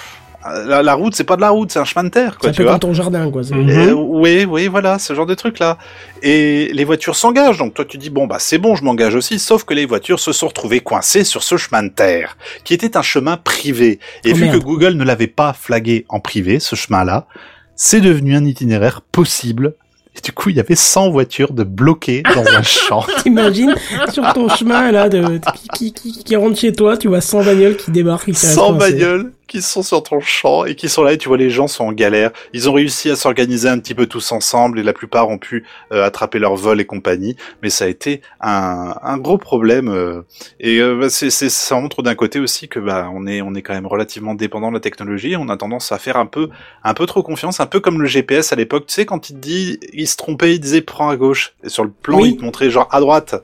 la, la route, c'est pas de la route, c'est un chemin de terre,
C'est
quoi.
un
tu
peu
vois.
comme ton jardin quoi. c'est-
Mhm.
Euh, oui, oui, voilà, ce genre de truc là. Et les voitures s'engagent, donc toi tu dis bon bah c'est bon, je m'engage aussi, sauf que les voitures se sont retrouvées coincées sur ce chemin de terre, qui était un chemin privé. Et
Oh,
vu
merde.
que Google ne l'avait pas flagué en privé, ce chemin-là, c'est devenu un itinéraire possible. Et du coup, il y avait 100 voitures de bloquées dans un [laughs] champ.
[laughs] T'imagines sur
[laughs]
ton chemin là de qui, qui, qui, qui rentre chez toi, tu vois 100 bagnoles qui débarquent. qui t'arrêtent,
100
quoi, hein, c'est-
bagnoles qui sont sur ton champ et qui sont là et tu vois les gens sont en galère. Ils ont réussi à s'organiser un petit peu tous ensemble et la plupart ont pu euh, attraper leur vol et compagnie. Mais ça a été un, un gros problème euh, et euh, bah, c'est, c'est, ça montre d'un côté aussi que bah on est on est quand même relativement dépendant de la technologie. et On a tendance à faire un peu un peu trop confiance, un peu comme le GPS à l'époque. Tu sais quand il te dit il se trompait, il disait prends à gauche et sur le plan
Oui.
il te montrait genre à droite.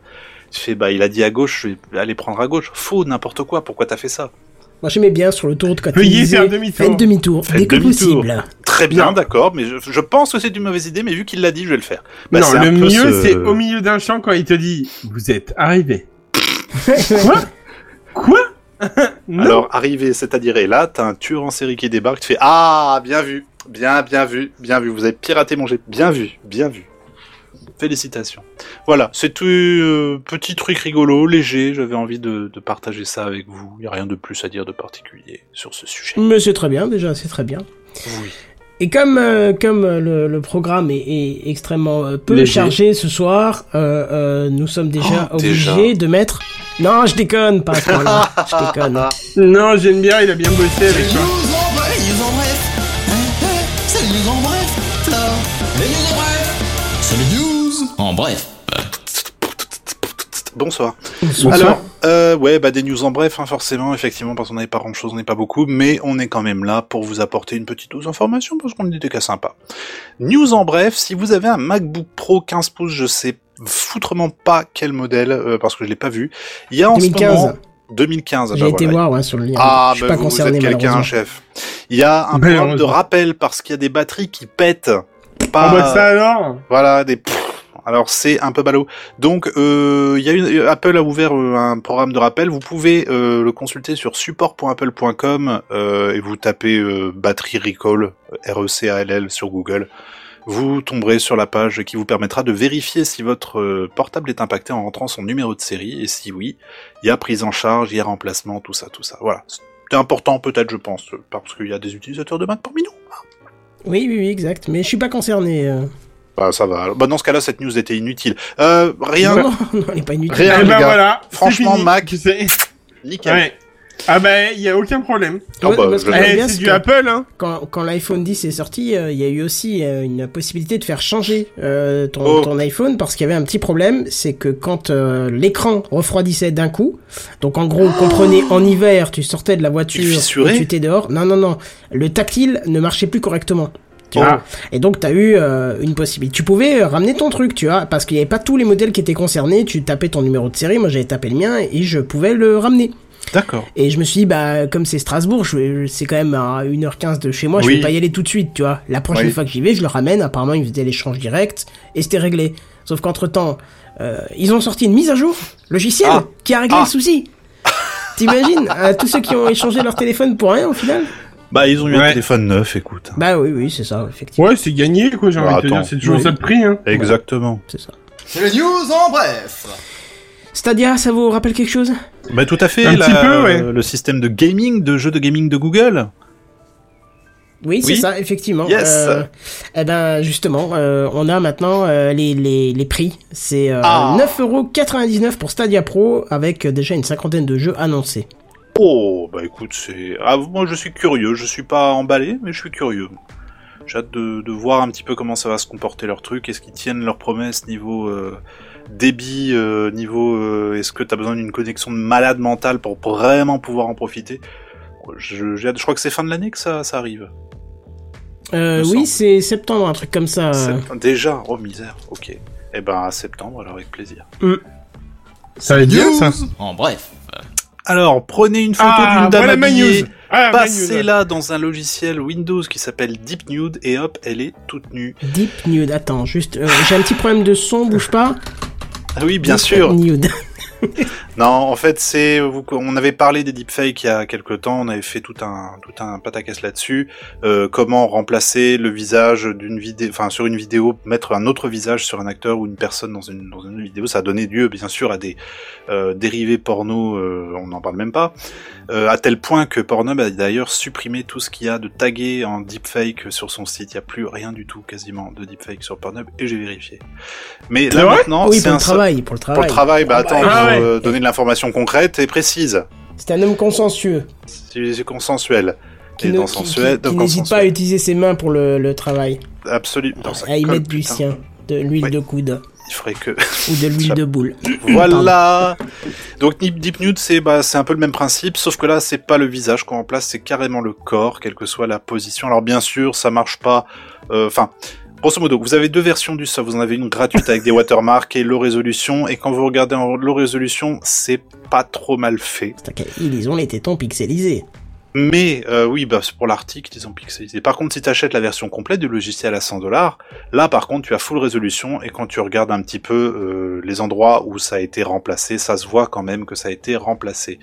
Tu fais bah il a dit à gauche, je vais aller prendre à gauche. Faux n'importe quoi. Pourquoi t'as fait ça?
Moi j'aimais bien sur le tour de quand il
Veuillez
disait,
faire demi-tour.
faites demi-tour
Faites
dès que
demi-tour.
possible.
Très bien,
Non.
d'accord, mais je, je pense que c'est une mauvaise idée, mais vu qu'il l'a dit, je vais le faire. Bah,
non,
un
le
peu
mieux,
ce-
c'est au milieu d'un champ quand il te dit Vous êtes arrivé. [laughs]
[laughs]
Quoi Quoi Non.
Alors, arrivé, c'est-à-dire, et là, t'as un tueur en série qui débarque, tu fais Ah, bien vu, bien, bien vu, bien vu, vous avez piraté mon jet, bien vu, bien vu. Félicitations. Voilà, c'est tout euh, petit truc rigolo, léger, j'avais envie de, de partager ça avec vous. Il n'y a rien de plus à dire de particulier sur ce
Mm.
sujet.
Mais c'est très bien déjà, c'est très bien.
Oui.
Et comme euh, comme euh, le, le programme est, est extrêmement euh, peu
Léger.
chargé ce soir, euh, euh, nous sommes déjà
Oh, déjà.
obligés de mettre. Non, je déconne, pas à ce point-là. je déconne.
Ah.
Non, j'aime bien, il a bien bossé avec toi.
Hein, C'est les news en bref. Les news en bref. C'est les news en bref.
Bonsoir.
Bonsoir.
Alors, euh, ouais, bah des news en bref, hein, forcément, effectivement, parce qu'on n'avait pas grand-chose, on n'est pas beaucoup, mais on est quand même là pour vous apporter une petite dose d'information, parce qu'on n'était qu'à sympa. News en bref, si vous avez un MacBook Pro 15 pouces, je sais foutrement pas quel modèle, euh, parce que je l'ai pas vu, il y a en
2015.
ce moment... 2015.
j'ai
bah
été
voilà.
voir ouais, sur le lien.
Ah,
je suis
bah,
pas
vous, vous
concerné
êtes quelqu'un,
malheureusement.
chef. Il y a un programme de
Malheureusement.
rappel, parce qu'il y a des batteries qui pètent.
Ah
Pas...
bah ça alors
Voilà, des... pfff. Alors c'est un peu ballot. Donc euh, il y a une... Apple a ouvert euh, un programme de rappel. Vous pouvez euh, le consulter sur support.apple.com euh, et vous tapez euh, batterie recall euh, E R-E-C-A-L-L sur Google. Vous tomberez sur la page qui vous permettra de vérifier si votre euh, portable est impacté en rentrant son numéro de série et si oui, il y a prise en charge, il y a remplacement, tout ça, tout ça. Voilà. C'est important peut-être, je pense, parce qu'il y a des utilisateurs de Mac parmi nous.
Oui, oui, oui, exact. Mais je suis pas concerné. euh.
Bah ça va. Bah dans ce cas-là, cette news était inutile. Euh, rien.
Non, [laughs] non, non, elle est pas inutile.
Rien,
Eh
les
ben
gars.
voilà, c'est
Franchement,
fini,
Mac.
tu sais.
Nickel.
Ouais. Ah bah, il y a aucun problème.
Ah bah,
parce que
je-
j'aime
Eh,
bien,
c'est
c'est
du
que-
Apple, hein
quand, quand l'iPhone 10 est sorti, euh, il y a eu aussi euh, une possibilité de faire changer euh, ton,
Oh.
ton iPhone parce qu'il y avait un petit problème, c'est que quand euh, l'écran refroidissait d'un coup, donc en gros, comprenez, en hiver, tu sortais de la voiture,
Il fissurait
et tu étais dehors, non, non, non, le tactile ne marchait plus correctement. Tu
Oh.
Ah.
vois. Et donc t'as eu euh, une possibilité. Tu pouvais euh, ramener ton truc, tu vois, parce qu'il n'y avait pas tous les modèles qui étaient concernés. Tu tapais ton numéro de série, moi j'avais tapé le mien et je pouvais le ramener.
D'accord.
Et je me suis dit, bah, comme c'est Strasbourg, je vais- c'est quand même à 1h15 de chez moi, je
Oui.
vais pas y aller tout de suite, tu vois. La prochaine
Oui.
fois que j'y vais, je le ramène. Apparemment, ils faisaient l'échange direct et c'était réglé. Sauf qu'entre temps, ils ont sorti une mise à jour logicielle
Ah.
qui a réglé
Ah.
le
[laughs]
souci. T'imagines euh, Tous ceux qui ont échangé leur téléphone pour rien au final
Bah ils ont eu un
Ouais.
téléphone neuf, écoute.
Bah oui, oui, c'est ça, effectivement.
Ouais, c'est gagné, quoi, j'ai
Bah,
envie de te
attends.
dire, c'est toujours
Oui.
ça de prix, hein.
Exactement.
C'est ça.
C'est les news en bref.
Stadia, ça vous rappelle quelque chose
Bah tout à fait.
Un
la-
petit peu, ouais.
Le système de gaming, de jeu de gaming de Google.
Oui, c'est
Oui.
ça, effectivement.
Yes.
Euh, eh ben, justement, euh, on a maintenant euh, les, les, les prix. C'est euh,
Ah.
9,99€ pour Stadia Pro, avec euh, déjà une cinquantaine de jeux annoncés.
Oh, bah écoute, c'est. Ah, moi je suis curieux, je suis pas emballé, mais je suis curieux. J'ai hâte de, de voir un petit peu comment ça va se comporter leur truc, est-ce qu'ils tiennent leurs promesses niveau euh, débit, euh, niveau euh, est-ce que t'as besoin d'une connexion de malade mentale pour vraiment pouvoir en profiter. Je, j'ai hâte- je crois que c'est fin de l'année que ça, ça arrive.
Euh,
Me semble.
oui, c'est septembre, un truc comme ça. euh.
Sept- Déjà, oh misère, ok. Eh ben à septembre alors avec plaisir.
Ça va être bien, ça.
News En bref.
Alors prenez une photo d'une dame
Ah, voilà ma
habillée.
news. Ah, ma news.
Passez-la dans un logiciel Windows qui s'appelle Deep Nude et hop, elle est toute nue.
Deep Nude, attends, juste, euh, j'ai un petit problème de son, bouge pas.
Ah oui, bien
Deep
sûr.
Nude.
Non, en fait, c'est vous- on avait parlé des deepfakes il y a quelque temps, on avait fait tout un tout un pataquès là-dessus, Euh, comment remplacer le visage d'une vidéo enfin sur une vidéo, mettre un autre visage sur un acteur ou une personne dans une dans une vidéo, ça a donné lieu bien sûr à des euh, dérivés porno, euh, on n'en parle même pas. Euh, à tel point que Pornhub a d'ailleurs supprimé tout ce qu'il y a de tagué en deepfake sur son site, il n'y a plus rien du tout quasiment de deepfake sur Pornhub et j'ai vérifié. Mais
C'est
là
vrai
maintenant,
[laughs] oui,
Oh, c'est
pour
un
le,
so-
travail, pour le
pour
travail,
le travail, bah attends,
Ah
pour
ouais.
euh, donner de l'information concrète et précise.
C'est un homme consensueux,
C'est c'est consensuel.
qui
Et
ne-
dans
qui-
sensuel,
qui-
dans
qui n'hésite pas à
consensuel.
utiliser ses mains pour le, le travail,
Absolument. Dans sa
à y
colle,
mettre du
putain.
sien, de l'huile
Oui.
de coude,
Il faudrait
[coughs]
que.
ou de l'huile
Ça-
de boule.
voilà Donc Deep, Deep Nude, c'est bah, c'est un peu le même principe, sauf que là, c'est pas le visage qu'on remplace, c'est carrément le corps, quelle que soit la position. Alors bien sûr, ça marche pas. euh, Enfin. Grosso modo, vous avez deux versions du ça. Vous en avez une gratuite avec des watermarks et low résolution. Et quand vous regardez en low résolution, c'est pas trop mal fait.
C'est ok, Ils ont les tétons pixelisés.
Mais euh, oui, bah, c'est pour l'article, ils ont pixelisé. Par contre, si tu achètes la version complète du logiciel à 100 dollars, là par contre, tu as full résolution et quand tu regardes un petit peu euh, les endroits où ça a été remplacé, ça se voit quand même que ça a été remplacé.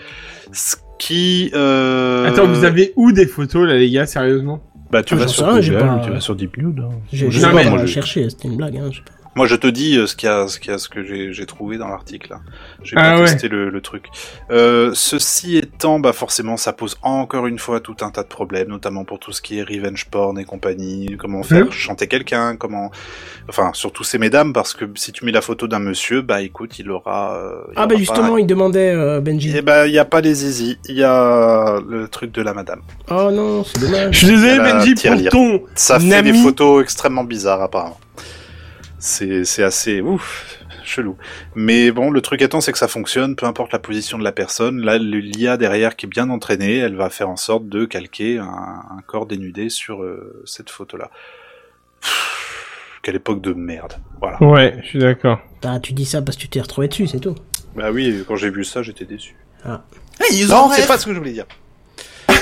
Ce qui... euh,
Attends, vous avez où des photos, là, les gars, sérieusement
Bah, tu
Ah,
vas
j'en
sur
sais rien, j'ai
Google,
pas-
tu vas sur DeepNude. hein.
J'ai
Je
j'ai
sais
pas
pas,
moi,
à
je-
chercher, c'était une blague. Hein, je sais pas.
Moi, je te dis euh, ce qu'il y a, ce qu'il y a, ce que j'ai j'ai trouvé dans l'article. hein. J'ai
Ah
pas
ouais.
testé le, le truc. Euh, ceci étant, bah forcément, ça pose encore une fois tout un tas de problèmes, notamment pour tout ce qui est revenge porn et compagnie. Comment faire
Mhm.
chanter quelqu'un Comment, enfin, surtout ces mesdames, parce que si tu mets la photo d'un monsieur, bah écoute, il aura. euh, il
Ah
aura
bah
pas-
justement, il demandait euh, Benji.
Eh ben, il y a pas les zizi, il y a le truc de la madame.
Oh non, c'est
Je
[laughs]
dommage.
suis désolé,
Elle a
Benji,
tiré
pour
lire.
ton...
Ça fait
Nami.
des photos extrêmement bizarres, apparemment. C'est c'est assez ouf, chelou. Mais bon, le truc étant, c'est que ça fonctionne, peu importe la position de la personne. Là, le- l'IA derrière qui est bien entraînée, elle va faire en sorte de calquer un, un corps dénudé sur euh, cette photo-là. Pff, Quelle époque de merde.
[laughs]
Voilà.
Ouais, je suis d'accord.
Bah, tu dis ça parce que tu t'es retrouvé dessus, c'est tout.
Bah oui, quand j'ai vu ça, j'étais déçu.
Ah.
non, c'est pas ce que je voulais dire.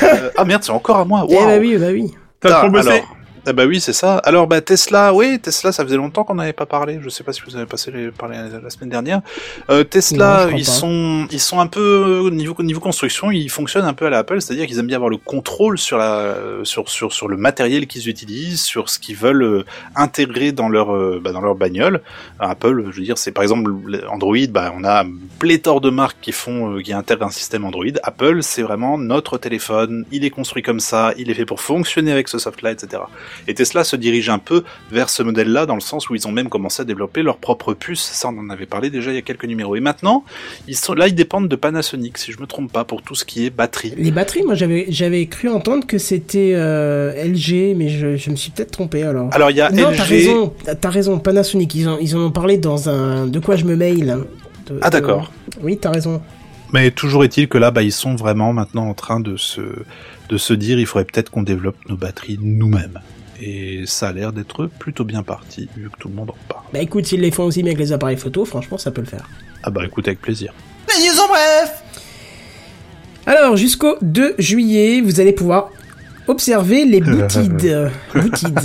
Euh, ah merde, c'est encore à moi.
Eh
Waouh.
bah oui, bah oui.
T'as trop bossé
Ah, alors. Ah bah oui, c'est ça. Alors bah Tesla, oui, Tesla, ça faisait longtemps qu'on n'avait pas parlé. Je sais pas si vous en avez passé les- parlé la semaine dernière. Euh,
Non, je
Tesla,
crois
ils
pas.
sont ils sont un peu euh, niveau niveau construction, ils fonctionnent un peu à la Apple, c'est-à-dire qu'ils aiment bien avoir le contrôle sur la euh, sur sur sur le matériel qu'ils utilisent, sur ce qu'ils veulent euh, intégrer dans leur euh, bah, dans leur bagnole. Euh, Apple, je veux dire, c'est par exemple Android, bah on a pléthore de marques qui font euh, qui intègrent un système Android. Apple, c'est vraiment notre téléphone, il est construit comme ça, il est fait pour fonctionner avec ce soft-là, etc. Et Tesla se dirige un peu vers ce modèle-là dans le sens où ils ont même commencé à développer leur propre puce. Ça, on en avait parlé déjà il y a quelques numéros. Et maintenant, ils sont là, ils dépendent de Panasonic, si je me trompe pas, pour tout ce qui est batterie.
Les batteries, moi j'avais j'avais cru entendre que c'était euh, LG, mais je, je me suis peut-être trompé alors.
Alors il y a
non,
LG.
t'as raison, t'as- t'as raison. Panasonic, ils en ils en ont parlé dans un de quoi je me mail. hein. De-
Ah
de-
d'accord.
Oui, t'as raison.
Mais toujours est-il que là, bah, ils sont vraiment maintenant en train de se, de se dire, il faudrait peut-être qu'on développe nos batteries nous-mêmes. Et ça a l'air d'être plutôt bien parti, vu que tout le monde en parle.
Bah écoute, s'ils les font aussi bien que les appareils photo, franchement, ça peut le faire.
Ah bah écoute, avec plaisir.
Les news en bref
Alors, jusqu'au 2 juillet, vous allez pouvoir observer les boutides. boutides.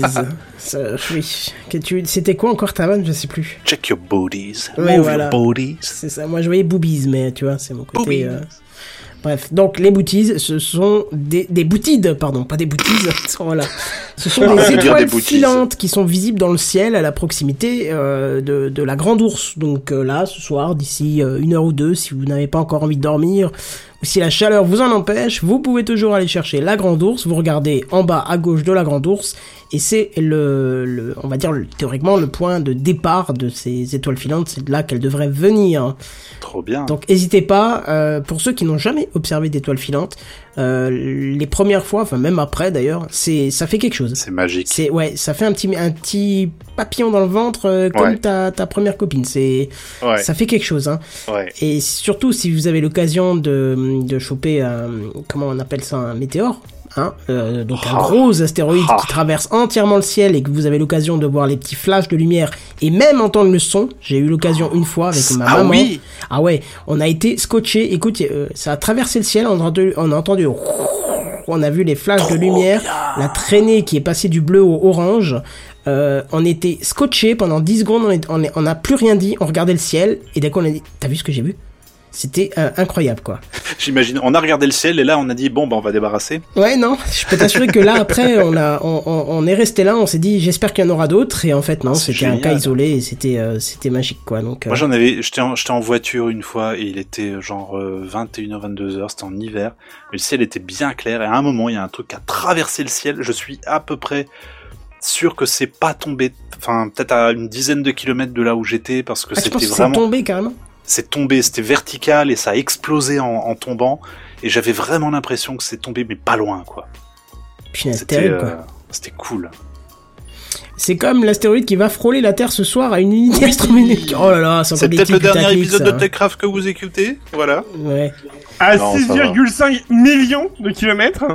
Ça, oui. Que tu- C'était quoi encore ta vanne Je sais plus.
Check your bodies.
Ouais,
Move
voilà.
your bodies.
C'est ça. Moi, je voyais boobies, mais tu vois, c'est mon côté.
Boobies.
euh, Bref, donc les boutides, ce sont des, des boutides, pardon, pas des boutides. [laughs] voilà. Ce sont
va
des
dire des
étoiles
bêtises.
filantes qui sont visibles dans le ciel à la proximité euh, de, de la Grande Ourse. Donc euh, là, ce soir, d'ici euh, une heure ou deux, si vous n'avez pas encore envie de dormir, ou si la chaleur vous en empêche, vous pouvez toujours aller chercher la Grande Ourse. Vous regardez en bas à gauche de la Grande Ourse, et c'est le, le- on va dire le- théoriquement le point de départ de ces étoiles filantes. C'est de là qu'elles devraient venir.
Trop bien.
Donc n'hésitez pas, euh, pour ceux qui n'ont jamais observé d'étoiles filantes, euh, les premières fois, enfin même après d'ailleurs, c'est ça fait quelque chose.
C'est magique.
C'est ouais, ça fait un petit un petit papillon dans le ventre euh, comme
Ouais.
ta, ta première copine. C'est
Ouais,
ça fait quelque chose. Hein.
ouais.
Et surtout si vous avez l'occasion de, de choper un, comment on appelle ça un météore. Hein, euh, donc un
Ah.
gros astéroïde
Ah.
qui traverse entièrement le ciel et que vous avez l'occasion de voir les petits flashs de lumière et même entendre le son. J'ai eu l'occasion une fois avec ma
Ah
maman.
oui
Ah ouais, on a été scotché. Écoute, euh, ça a traversé le ciel, on a entendu, on a entendu- on a vu les flashs de lumière, la traînée qui est passée du bleu au orange. Euh, on était scotché pendant 10 secondes, on est- on est- on n'a plus rien dit, on regardait le ciel et d'un coup on a dit, t'as vu ce que j'ai vu C'était euh, incroyable quoi.
J'imagine, on a regardé le ciel et là on a dit bon bah on va débarrasser.
Ouais, non, je peux t'assurer que là, après, on, a, on, on- on est resté là, on s'est dit, j'espère qu'il y en aura d'autres, et en fait, non,
C'est
c'était un
génial.
cas isolé, et c'était euh, c'était magique, quoi. Donc, euh,
Moi j'en avais, j'étais en, j'étais en voiture une fois et il était genre euh, 21h 22h, c'était en hiver. Le ciel était bien clair et à un moment il y a un truc qui a traversé le ciel. Je suis à peu près sûr que c'est pas tombé, enfin peut-être à une dizaine de kilomètres de là où j'étais parce que
ah, tu
c'était
penses que c'est
vraiment
tombé carrément
c'est tombé, c'était vertical et ça a explosé en, en tombant. Et j'avais vraiment l'impression que c'est tombé, mais pas loin, quoi.
Putain, c'est
C'était,
terrible,
euh,
quoi.
c'était cool.
C'est comme l'astéroïde qui va frôler la Terre ce soir à une unité astronomique. Oh là là, c'est encore
C'est
des
peut-être
petits
le dernier
putaclics,
épisode
ça,
de TechCraft que vous écoutez, voilà.
hein. Ouais.
À
Non, ça va.
6,5 millions de kilomètres.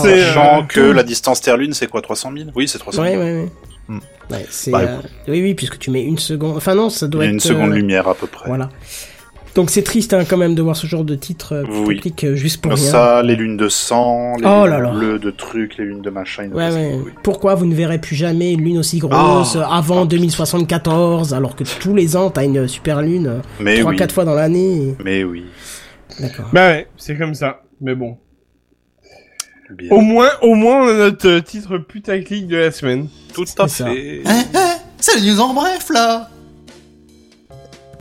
C'est, euh,
Sachant que la distance Terre-Lune, c'est quoi, 300 000 Oui, c'est 300
Ouais, ouais,
000.
ouais.
Hmm.
Ouais, c'est,
Bah,
euh, Oui, oui, puisque tu mets une seconde. Enfin, non, ça
Il
doit
y a
être.
une seconde
euh,
lumière à peu près.
Voilà. Donc c'est triste hein, quand même de voir ce genre de titre euh,
Oui.
putaclic, euh, juste pour
Comme
rien.
ça, les lunes de sang, les
Oh là là.
lunes bleues de trucs, les lunes de machin. ils ne
Ouais,
passent
ouais.
pas, oui.
Pourquoi vous ne verrez plus jamais une lune aussi grosse
Oh.
euh, avant 2074 alors que tous les ans t'as une super lune
Mais
3-4
Eh oui. Euh,
fois dans l'année et-
Mais oui.
D'accord.
Bah ouais, c'est comme ça. Mais bon.
Bien.
Au moins, au moins, on a notre euh, titre putaclic de la semaine.
Tout à
ça.
fait.
Eh, eh, c'est les news en bref, là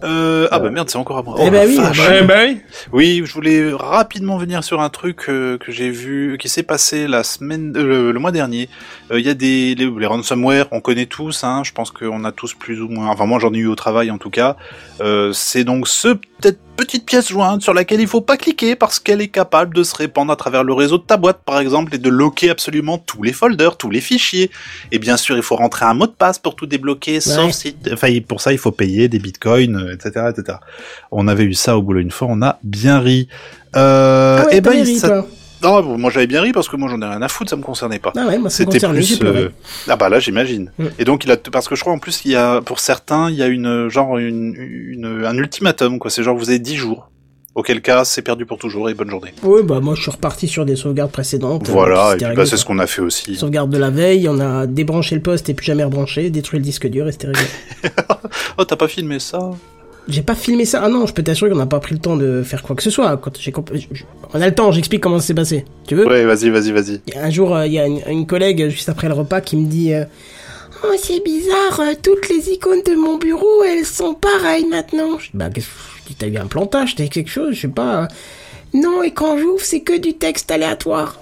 Euh, ah bah merde, c'est encore à moi.
Eh
Oh,
bah
la
oui,
vache.
bah
Eh bah oui.
Oui, je voulais rapidement venir sur un truc euh, que j'ai vu, qui s'est passé la semaine, euh, le, le mois dernier. Euh, Il y a des les, les ransomware, on connaît tous. Hein, je pense qu'on a tous plus ou moins. Enfin, moi, j'en ai eu au travail en tout cas. Euh, C'est donc ce peut-être petite pièce jointe sur laquelle il faut pas cliquer parce qu'elle est capable de se répandre à travers le réseau de ta boîte, par exemple, et de loquer absolument tous les folders, tous les fichiers. Et bien sûr, il faut rentrer un mot de passe pour tout débloquer, sauf si, enfin, pour ça, il faut payer des bitcoins, euh, etc., etc. On avait eu ça au boulot une fois, on a bien ri. Euh,
ah ouais,
eh
t'as
ben,
ri,
ça-
toi.
Non, bon, moi j'avais bien ri parce que moi j'en ai rien à foutre, ça me concernait pas.
Ah ouais, moi ça me
C'était
concerne, j'ai
plus.
pleuré.
euh, Ah bah là j'imagine.
Mm.
Et donc il a parce que je crois en plus il y a pour certains il y a une genre une, une- un ultimatum quoi. C'est genre vous avez 10 jours. Auquel cas c'est perdu pour toujours et bonne journée.
Ouais, bah moi je suis reparti sur des sauvegardes précédentes. euh,
voilà. Et
c'était
puis
réglé,
bah, c'est
quoi.
ce qu'on a fait aussi.
Sauvegarde de la veille, on a débranché le poste et puis jamais rebranché, détruit le disque dur et c'était
[laughs]
réglé.
Oh t'as pas filmé ça
J'ai pas filmé ça. Ah non, je peux t'assurer qu'on n'a pas pris le temps de faire quoi que ce soit. Quand j'ai comp- je- je- On a le temps, j'explique comment ça s'est passé. Tu veux
Ouais vas-y vas-y vas-y.
Il y a Un jour, euh, il y a une, une collègue euh, juste après le repas qui me dit euh, Oh, c'est bizarre, euh, toutes les icônes de mon bureau, elles sont pareilles maintenant. Je dis Bah, qu'est-ce que- t'as eu un plantage, t'as eu quelque chose, je sais pas. euh. Non, et quand j'ouvre, c'est que du texte aléatoire.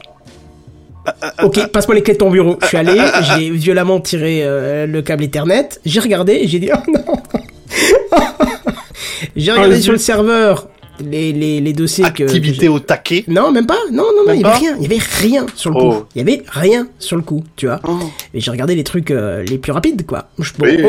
Ok, passe-moi les clés de ton bureau. Je suis allé, j'ai violemment tiré euh, le câble Ethernet, j'ai regardé et j'ai dit Oh non [laughs] J'ai regardé
le
sur le serveur les, les, les dossiers que- que. j'ai-
Activité au taquet.
non, même pas. Non, non, non,
Même
il y avait
pas
rien. Il y avait rien sur le coup.
Oh.
Il y avait rien sur le coup, tu vois.
Oh.
Et j'ai regardé les trucs euh, les plus rapides, quoi. Je, bon,
Oui, oui,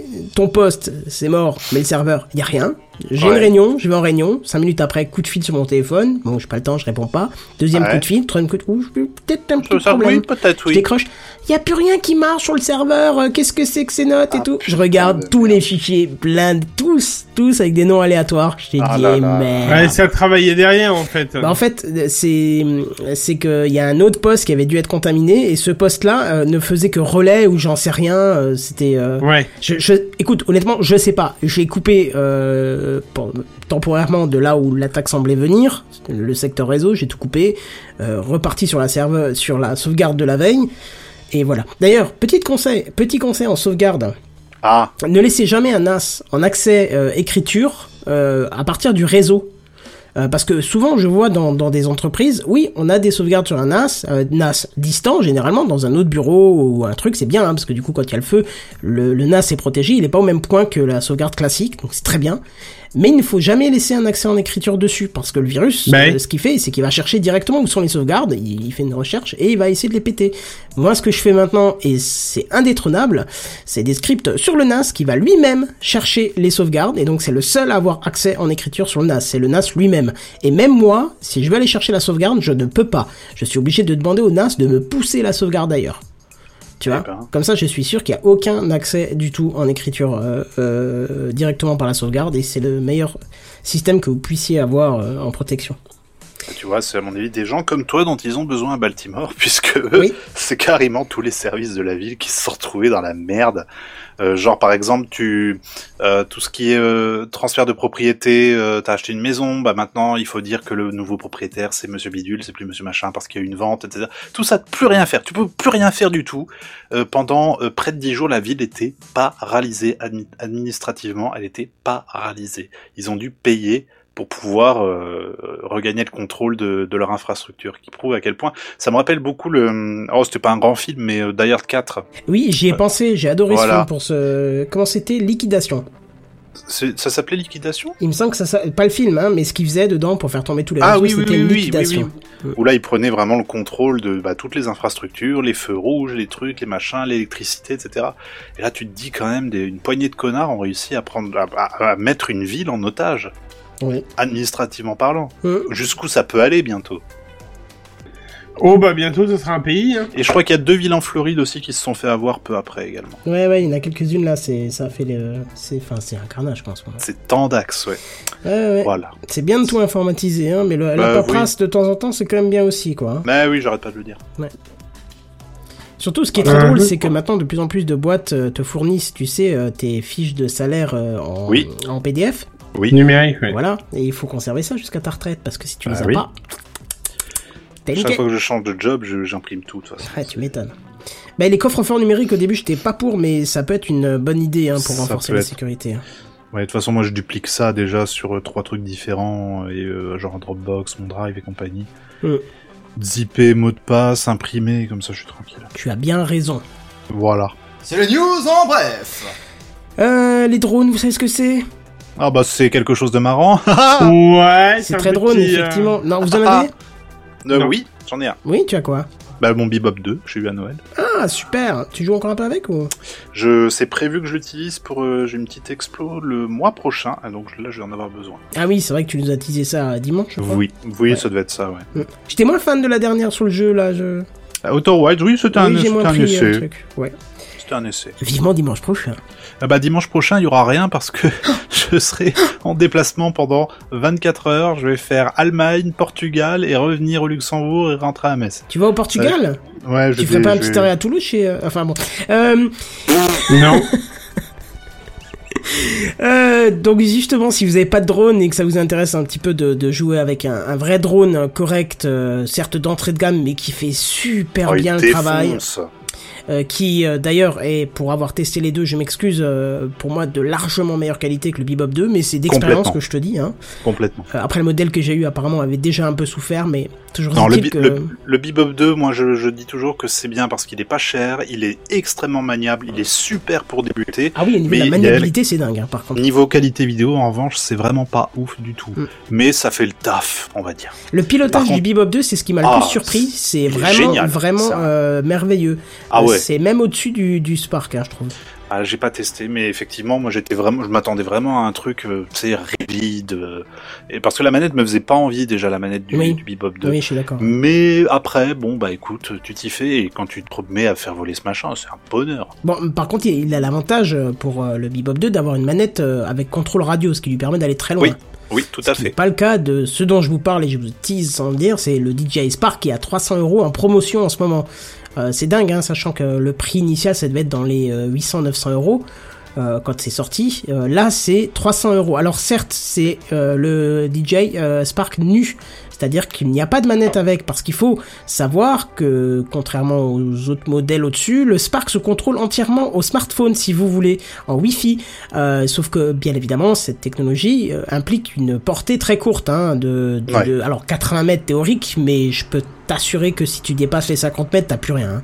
ok, ton poste, c'est mort, mais le serveur, il y a rien. J'ai une
Ouais.
réunion, je vais en réunion. Cinq minutes après, coup de fil sur mon téléphone. Bon, j'ai pas le temps, je réponds pas. Deuxième
Ouais.
coup de fil, troisième coup de... Ouh, j'ai peut-être un petit
Ça, ça, oui
problème.
peut-être
Je
oui.
décroche. Il y a plus rien qui marche sur le serveur. euh, Qu'est-ce que c'est que ces notes et
Ah,
tout Je
putain
regarde
de
tous
merde.
les fichiers, plein de tous, tous avec des noms aléatoires. Je t'ai
Ah
dit,
là
eh
là.
merde.
Ouais, ça travaillait derrière, en fait.
Bah, en fait, euh, c'est c'est que il y a un autre poste qui avait dû être contaminé et ce poste-là euh, ne faisait que relais ou j'en sais rien. euh, C'était. euh,
Ouais.
je, je- écoute, honnêtement, je sais pas. J'ai coupé euh, pour- temporairement de là où l'attaque semblait venir, le secteur réseau. J'ai tout coupé, euh, reparti sur la serveur, sur la sauvegarde de la veille. Et voilà. D'ailleurs, petit conseil, petit conseil en sauvegarde.
Ah,
Ne laissez jamais un as en accès euh, écriture euh, à partir du réseau. Euh, parce que souvent, je vois dans, dans des entreprises, oui, on a des sauvegardes sur un NAS, euh, NAS distant, généralement, dans un autre bureau ou un truc, c'est bien, hein, parce que du coup, quand il y a le feu, le, le NAS est protégé, il n'est pas au même point que la sauvegarde classique, donc c'est très bien. Mais il ne faut jamais laisser un accès en écriture dessus, parce que le virus,
Bah oui.
euh, ce qu'il fait, c'est qu'il va chercher directement où sont les sauvegardes, il, il fait une recherche et il va essayer de les péter. Moi, ce que je fais maintenant, et c'est indétrônable, c'est des scripts sur le NAS qui va lui-même chercher les sauvegardes, et donc c'est le seul à avoir accès en écriture sur le NAS, c'est le NAS lui-même. Et même moi, si je veux aller chercher la sauvegarde, je ne peux pas. Je suis obligé de demander au NAS de me pousser la sauvegarde ailleurs. Tu vois
Eh ben.
Comme ça, je suis sûr qu'il n'y a aucun accès du tout en écriture euh, euh, directement par la sauvegarde, et c'est le meilleur système que vous puissiez avoir euh, en protection.
Bah, tu vois, c'est à mon avis des gens comme toi dont ils ont besoin à Baltimore, [laughs] puisque eux,
Oui.
c'est carrément tous les services de la ville qui se sont retrouvés dans la merde. Euh, genre par exemple, tu euh, tout ce qui est euh, transfert de propriété, euh, t'as acheté une maison, bah maintenant il faut dire que le nouveau propriétaire c'est Monsieur Bidule, c'est plus Monsieur Machin parce qu'il y a eu une vente, etc. Tout ça, plus rien faire. Tu peux plus rien faire du tout. Euh, pendant euh, près de dix jours, la ville était paralysée admi- administrativement. Elle était paralysée. Ils ont dû payer pour pouvoir euh, regagner le contrôle de, de leur infrastructure, qui prouve à quel point. Ça me rappelle beaucoup le. Oh, c'était pas un grand film, mais euh, Die Hard 4.
Oui, j'y ai pensé, j'ai adoré ce
Euh, Voilà.
film pour ce. Comment c'était Liquidation.
C'est- Ça s'appelait Liquidation
Il me semble que ça, ça- pas le film, hein, mais ce qu'il faisait dedans pour faire tomber tous les
Ah
réseaux,
oui, oui,
c'était
oui,
une
oui, oui,
liquidation.
oui. Où là, ils prenaient vraiment le contrôle de bah, toutes les infrastructures, les feux rouges, les trucs, les machins, l'électricité, etc. Et là, tu te dis quand même, des, une poignée de connards ont réussi à, prendre, à, à- à mettre une ville en otage,
Oui.
administrativement parlant.
Euh,
Jusqu'où ça peut aller bientôt
Oh bah bientôt ce sera un pays. Hein.
Et je crois qu'il y a deux villes en Floride aussi qui se sont fait avoir peu après également.
Ouais, ouais, il y en a quelques-unes là, c'est, ça a fait les, euh, c'est, enfin, c'est un carnage, quoi, en ce moment.
C'est Tandax, ouais.
Ouais, ouais.
Voilà.
C'est bien de tout informatiser, hein, mais le, la
Bah,
paperasse de temps en temps, c'est quand même bien aussi, quoi. hein.
Bah oui, j'arrête pas de le dire.
Surtout, ce qui est très
Euh,
drôle,
oui.
c'est que maintenant, de plus en plus de boîtes euh, te fournissent, tu sais, euh, tes fiches de salaire euh, en,
Oui.
en PDF.
Numérique, ouais.
Voilà. Et il faut conserver ça jusqu'à ta retraite, parce que si tu ne
Bah
les as
oui.
pas, t'es
Chaque
niqué.
fois que je change de job, je- j'imprime tout, de toute façon.
Ah, tu m'étonnes. Bah, les coffres forts numériques, au début, j'étais pas pour, mais ça peut être une bonne idée hein, pour
Ça
renforcer
peut
la
être.
sécurité. hein.
Ouais, de toute façon, moi, je duplique ça déjà sur euh, trois trucs différents, et euh, genre Dropbox, mon Drive et compagnie.
Euh.
Zipper, mot de passe, imprimer, comme ça, je suis tranquille.
Tu as bien raison.
Voilà.
C'est le news en bref.
Euh, les drones, vous savez ce que c'est
Ah bah, c'est quelque chose de marrant. [laughs]
Ouais,
Ah, C'est
un
très
petit,
drôle,
euh,
effectivement. Non, vous en
ah,
avez
Euh, oui, j'en ai un.
Oui, tu as quoi
Bah, mon Bebop 2, j'ai eu à Noël.
Ah, super Tu joues encore un peu avec ou
Je, c'est prévu que je l'utilise pour, euh, j'ai une petite explo le mois prochain, ah, donc là, je vais en avoir besoin.
Ah oui, c'est vrai que tu nous as teasé ça euh, dimanche. je crois.
Oui, oui, ça devait être ça,
Mm.
ouais.
J'étais moins fan de la dernière sur le jeu, là. Je...
Ah, Outer Wilds, oui, c'était un,
oui, j'ai
c'était
moins
un
pris euh, le
essai.
truc. Ouais.
C'était un essai.
Vivement dimanche prochain.
Ah bah dimanche prochain, il y aura rien parce que [laughs] je serai en déplacement pendant 24 heures. Je vais faire Allemagne, Portugal et revenir au Luxembourg et rentrer à Metz.
Tu vas au Portugal
Ouais,
Tu ferais pas un petit arrêt à Toulouse chez... euh, Enfin bon. Euh,
Non.
[laughs] Euh, donc justement, si vous n'avez pas de drone et que ça vous intéresse un petit peu de, de jouer avec un, un vrai drone correct, euh, certes d'entrée de gamme, mais qui fait super
Oh,
bien le travail, euh, qui euh, d'ailleurs est, pour avoir testé les deux, je m'excuse, euh, pour moi de largement meilleure qualité que le Bebop 2, mais c'est d'expérience
Complètement.
que je te dis. Hein.
Complètement.
Euh, Après, le modèle que j'ai eu apparemment avait déjà un peu souffert, mais toujours
Non, le,
est-il
bi-
que...
le, le Bebop 2, moi je, je dis toujours que c'est bien parce qu'il est pas cher, il est extrêmement maniable, il est super pour débuter.
Ah oui, au niveau de
Mais
la
il y a-
maniabilité, c'est dingue, hein, par contre.
Niveau qualité vidéo, en revanche, c'est vraiment pas ouf du tout.
Mm.
Mais ça fait le taf, on va dire.
Le pilotage
Par
du Bebop 2, c'est ce qui m'a le
Ah,
plus surpris. C'est
est
vraiment,
génial,
vraiment
ça.
euh, merveilleux.
Ah
Euh,
ouais.
C'est même au-dessus du, du Spark, hein, je trouve.
Ah, j'ai pas testé, mais effectivement, moi j'étais vraiment, je m'attendais vraiment à un truc, euh, tu sais, rigide. euh, et parce que la manette me faisait pas envie déjà, la manette du,
Oui.
du Bebop 2.
Oui, je suis d'accord.
Mm. Mais après, bon bah écoute, tu t'y fais et quand tu te remets à faire voler ce machin, c'est un bonheur.
Bon, par contre, il il a l'avantage euh, pour euh, le Bebop 2 d'avoir une manette euh, avec contrôle radio, ce qui lui permet d'aller très loin.
Oui, Oui, tout à
Ce n'est
fait.
pas le cas de ce dont je vous parle et je vous tease sans le dire, c'est le DJI Spark qui est à 300 euros en promotion en ce moment. Euh, c'est dingue, hein, sachant que le prix initial, ça devait être dans les euh, 800-900 euros euh, quand c'est sorti. Euh, là, c'est 300 euros. Alors certes, c'est euh, le DJI euh, Spark nu, c'est-à-dire qu'il n'y a pas de manette avec, parce qu'il faut savoir que, contrairement aux autres modèles au-dessus, le Spark se contrôle entièrement au smartphone, si vous voulez, en Wi-Fi. Euh, sauf que, bien évidemment, cette technologie euh, implique une portée très courte, hein, de, de-
Ouais.
de- alors 80 mètres théorique, mais je peux t'assurer que si tu dépasses les 50 mètres, t'as plus rien. hein.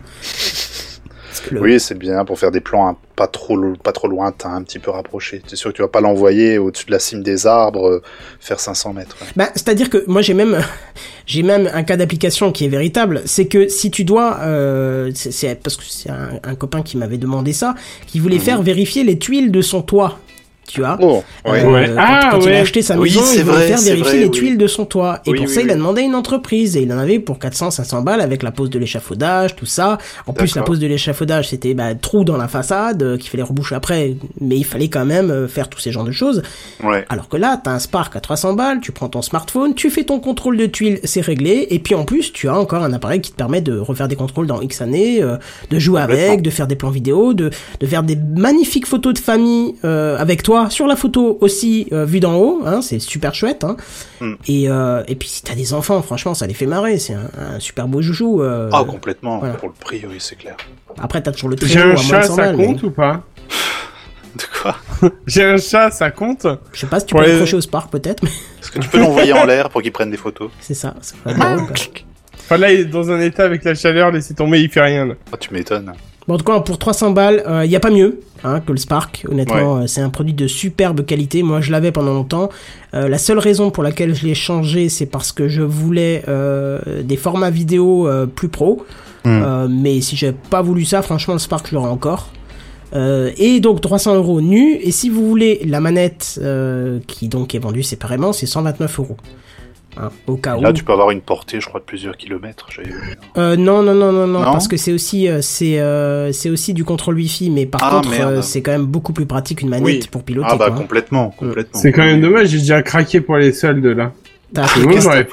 Parce que le-
Oui, c'est bien pour faire des plans hein, pas trop, lo- pas trop lointains, un petit peu rapprochés. T'es sûr que tu vas pas l'envoyer au-dessus de la cime des arbres, euh, faire 500 mètres. ouais.
Bah, c'est-à-dire que moi j'ai même [laughs] j'ai même un cas d'application qui est véritable, c'est que si tu dois, euh, c'est- c'est parce que c'est un, un copain qui m'avait demandé ça, qui
Mhm.
voulait faire vérifier les tuiles de son toit, tu vois.
Oh, oui.
Euh,
Ouais.
Quand,
Ah,
quand il
ouais.
a acheté sa
Oui,
maison,
c'est
il voulait
vrai,
faire
c'est
vérifier
vrai,
les
oui.
tuiles de son toit. Et
Oui,
pour
oui,
ça, il a
oui.
demandé une entreprise. Et il en avait pour 400, 500 balles avec la pose de l'échafaudage, tout ça. En plus, la
D'accord.
pose de l'échafaudage, c'était bah, trou dans la façade euh, qu'il fallait reboucher après. Mais il fallait quand même euh, faire tous ces genres de choses.
Ouais.
Alors que là, t'as un Spark à 300 balles, tu prends ton smartphone, tu fais ton contrôle de tuiles, c'est réglé, et puis en plus, tu as encore un appareil qui te permet de refaire des contrôles dans X années, euh, de jouer avec,
Complètement.
de faire des plans vidéo, de, de faire des magnifiques photos de famille euh, avec toi, sur la photo aussi, euh, vue d'en haut, hein, c'est super chouette. Hein.
Hmm.
Mm.
Et, euh, et puis si t'as des enfants, franchement, ça les fait marrer, c'est un, un super beau joujou. euh,
Ah, complètement.
voilà.
Pour le prix, oui, c'est clair. [laughs]
Après, t'as toujours le
J'ai
trio
un
à moins de
chat,
100
ça
balles, mais
compte ou pas
De quoi
J'ai un chat, ça compte
je sais pas si tu
Ouais.
peux accrocher au Spark peut-être, mais [laughs]
Est-ce que tu peux l'envoyer en l'air pour qu'il prenne des photos
c'est ça. c'est pas
Ah,
drôle, quoi.
Enfin là, il est dans un état avec la chaleur, laissez tomber, il fait rien. là.
Ah, Tu m'étonnes.
Bon, en tout cas, pour 300 balles, euh, il n'y a pas mieux hein, que le Spark. Honnêtement, euh, c'est un produit de superbe qualité. Moi, je l'avais pendant longtemps. Euh, la seule raison pour laquelle je l'ai changé, c'est parce que je voulais euh, des formats vidéo euh, plus pro.
Hmm.
Euh, mais si j'avais pas voulu ça, franchement, le Spark, je l'aurais encore. Euh, et donc 300 euros nu. Et si vous voulez la manette euh, qui donc est vendue séparément, c'est 129 euros. Hein, au cas
Ah
où.
Là, tu peux avoir une portée, je crois, de plusieurs kilomètres. j'avais vu.
Euh, non, non, non, non, non,
Non
parce que c'est aussi, euh, c'est, euh, c'est aussi du contrôle Wi-Fi, mais par
Ah,
contre,
merde.
euh, c'est quand même beaucoup plus pratique une manette
Oui.
pour piloter.
Ah, bah,
quoi. hein.
complètement. complètement.
Euh, C'est quand même dommage, j'ai déjà craqué pour les soldes là.
T'as-
C'est bon, j'aurais-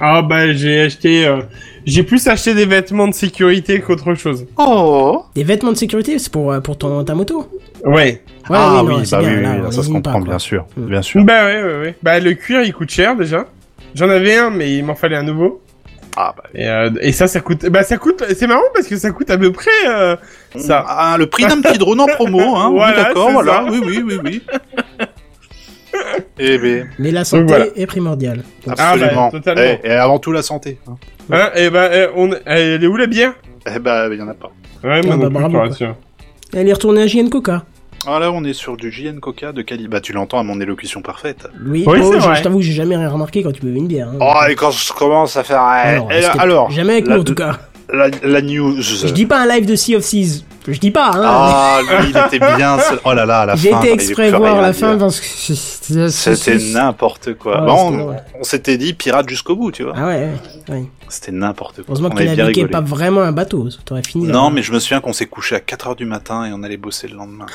Ah bah j'ai acheté... euh, J'ai plus acheté des vêtements de sécurité qu'autre chose.
Oh
Des vêtements de sécurité, c'est pour, euh, pour ton, ta moto
Ouais.
Ouais,
Ah
non,
oui,
c'est
bah
bien,
oui,
là,
oui,
on
ça se
n'hésite pas,
comprend,
quoi.
bien sûr.
Mm.
Bien sûr.
Bah ouais, ouais, ouais. Bah le cuir, il coûte cher déjà. J'en avais un, mais il m'en fallait un nouveau.
Ah, bah,
Et, euh, et ça, ça coûte... Bah ça coûte... C'est marrant parce que ça coûte à peu près... euh, [laughs] Ça.
Ah, le prix d'un petit drone en promo, hein.
Voilà,
oui, d'accord,
c'est
voilà.
ça.
Oui, oui, oui, oui. Eh ben,
Mais la santé
voilà.
est primordiale. Donc,
Ah, bah,
absolument.
totalement.
Eh, et avant tout, la santé. hein.
Hein, et bah euh, on... Elle est où la bière
Eh ben, il y en a pas.
Ouais, moi
Ah, bah,
non plus,
bravo,
je te
quoi.
rassure.
Elle est retournée à JN Coca.
Ah, là, on est sur du JN Coca de qualité. Bah, tu l'entends à mon élocution parfaite.
Oui,
Oui, c'est
oh, je-
vrai.
je t'avoue que j'ai jamais rien remarqué quand tu buvais une bière. hein.
Oh, et quand je commence à faire.
Ah
eh,
non,
eh,
c'était-
alors,
jamais avec
la-
nous en tout cas.
la, la news.
Je dis pas un live de Sea of Seas. Je dis pas, hein.
Ah, lui, il était bien. seul. Oh là là, à la
J'ai
fin.
été
il
exprès
avait plus
voir
rien à
la
dire.
fin parce que c'était
C'était n'importe quoi.
Ouais,
Bon,
c'était
on-
drôle.
on s'était dit pirate jusqu'au bout, tu vois.
Ah ouais, ouais, ouais.
C'était n'importe quoi.
Heureusement
On
que tu
avait bien
naviguais
rigolé.
pas vraiment un bateau, parce que t'aurais fini. là.
Non, mais je me souviens qu'on s'est couché à 4h du matin et on allait bosser le lendemain.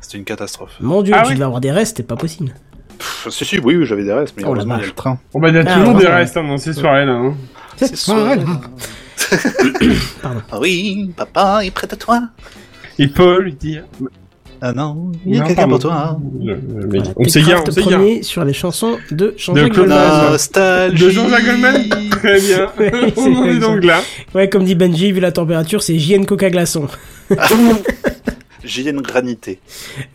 C'était une catastrophe.
Mon dieu,
Ah
tu
oui.
devais avoir des restes, c'était pas possible.
Pff, si, si, oui, oui, j'avais des restes, mais
Oh la
heureusement, il y a
vache. [laughs]
le train.
Bon bah il y a
Ah,
toujours des
ouais.
restes hein, dans ces soirées là. Hein.
C'est Ah
Ouais, ouais.
[coughs] Oui, papa est près de toi.
Il peut lui dire...
Ah non, il y a
Non,
quelqu'un
pardon.
pour toi. hein.
Le- le- mais
Voilà,
on s'égare, on
Techcraft
s'égare.
Ah, premier sur les chansons de
De
Jean-Jacques
Claude
Goldman.
Goldman.
Nostalgie.
De Jean-Jacques Goldman
[laughs]
[laughs]
[laughs]
Très bien.
Oui, c'est
on en
vrai,
est donc là.
Ouais, comme dit Benji, vu la température, c'est JN Coca Glaçon. [laughs]
JN Granité.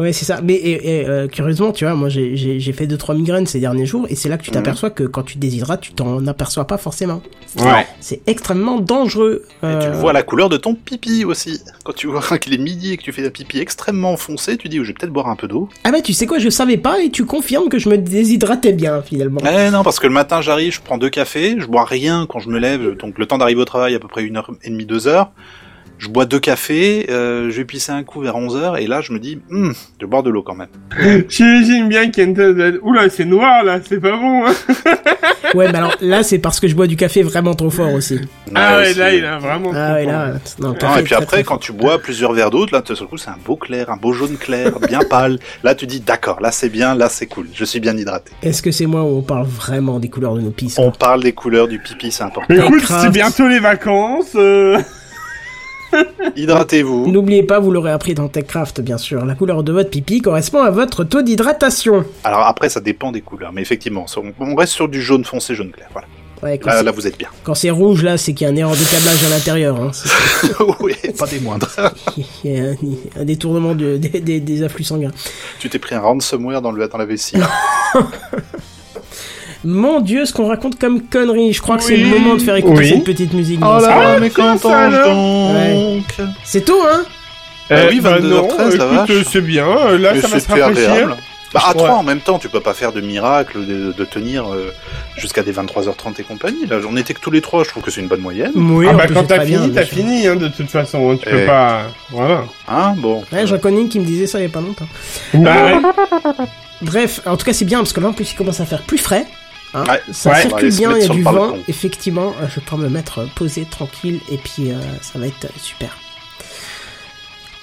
Ouais, c'est ça. Mais et- et, euh, curieusement, tu vois, moi j'ai- j'ai j'ai fait 2-3 migraines ces derniers jours, et c'est là que tu
Mhm.
t'aperçois que quand tu déshydrates, tu t'en aperçois pas forcément.
Ouais.
C'est extrêmement dangereux.
Et tu
Euh,
le vois à la couleur de ton pipi aussi. Quand tu vois [laughs] qu'il est midi et que tu fais un pipi extrêmement foncé, tu dis oh, je vais peut-être boire un peu d'eau.
Ah bah tu sais quoi, je savais pas, et tu confirmes que je me déshydratais bien finalement.
[laughs] Eh non, parce que le matin j'arrive, je prends deux cafés, je bois rien quand je me lève, donc le temps d'arriver au travail à peu près une heure et demie, deux heures. Je bois deux cafés, euh, je vais pisser un coup vers 11h et là je me dis, Hmm, je vais boire de l'eau quand même.
J'imagine bien Kenton doit être... Oula, c'est noir là, c'est pas bon. Hein.
Ouais, mais alors là, c'est parce que je bois du café vraiment trop fort aussi.
Ah ouais,
c'est-
là il a vraiment... [laughs]
Ah ouais, là. euh, Non, le
Non,
café
et
est
puis
très, très
après, quand tu bois plusieurs verres d'eau, là, tout d'un coup, c'est un beau clair, un beau jaune
[laughs]
clair, bien pâle. Là, tu dis, d'accord, là, c'est bien, là, c'est cool. Je suis bien hydraté.
Est-ce que c'est moi où on parle vraiment des couleurs de nos pistes
On parle des couleurs du pipi, c'est important.
Mais écoute,
Minecraft.
c'est bientôt les vacances. euh.
Hydratez-vous.
N'oubliez pas, vous l'aurez appris dans TechCraft, bien sûr, la couleur de votre pipi correspond à votre taux d'hydratation.
Alors après, ça dépend des couleurs, mais effectivement, on on reste sur du jaune foncé, jaune clair. Voilà.
Ouais, quand,
Là,
c'est-
là, vous êtes bien. [laughs]
quand c'est rouge, là, c'est qu'il y a un erreur de câblage à l'intérieur. Hein. C'est-
oui, pas des moindres.
[laughs] Il y a un, un détournement de- des- des- des afflux sanguins.
tu t'es pris un ransomware dans, le, dans la vessie.
Mon dieu, ce qu'on raconte comme conneries. Je crois que c'est
Oui.
le moment de faire écouter
Oui.
cette petite musique.
Oh là
Vincent.
là,
Ah,
mais
tiens,
qu'entends-je
ça, alors
donc
C'est tôt, hein
Ah
Euh,
oui,
bah
22h13, la
non, écoute,
vache.
euh, c'est bien. euh, Là,
Mais
ça va se
c'était
rafraîchir. Ah,
agréable. Bah, à
Ouais.
trois en même temps, tu peux pas faire de miracle de, de tenir euh, jusqu'à des 23h30 et compagnie. Là, on était que tous les trois, je trouve que c'est une bonne moyenne.
Oui,
ah
on
bah
peut
quand
faire
t'as
très bien,
fini,
bien
t'as
sûr.
fini, hein, de toute façon. hein, tu
Eh.
peux pas... Voilà.
Hein, bon.
Ouais, j'en connais une qui me disait ça il y a pas longtemps.
Bah, ouais.
Bref, en tout cas, c'est bien parce que là, en plus, il commence à faire plus frais. hein.
Ouais.
ça
Ouais.
On va
circule
aller se
bien,
mettre
il y a
sur
du
le balcon.
vent. Effectivement, euh, je vais pouvoir me mettre euh, posé, tranquille, et puis euh, ça va être euh, super.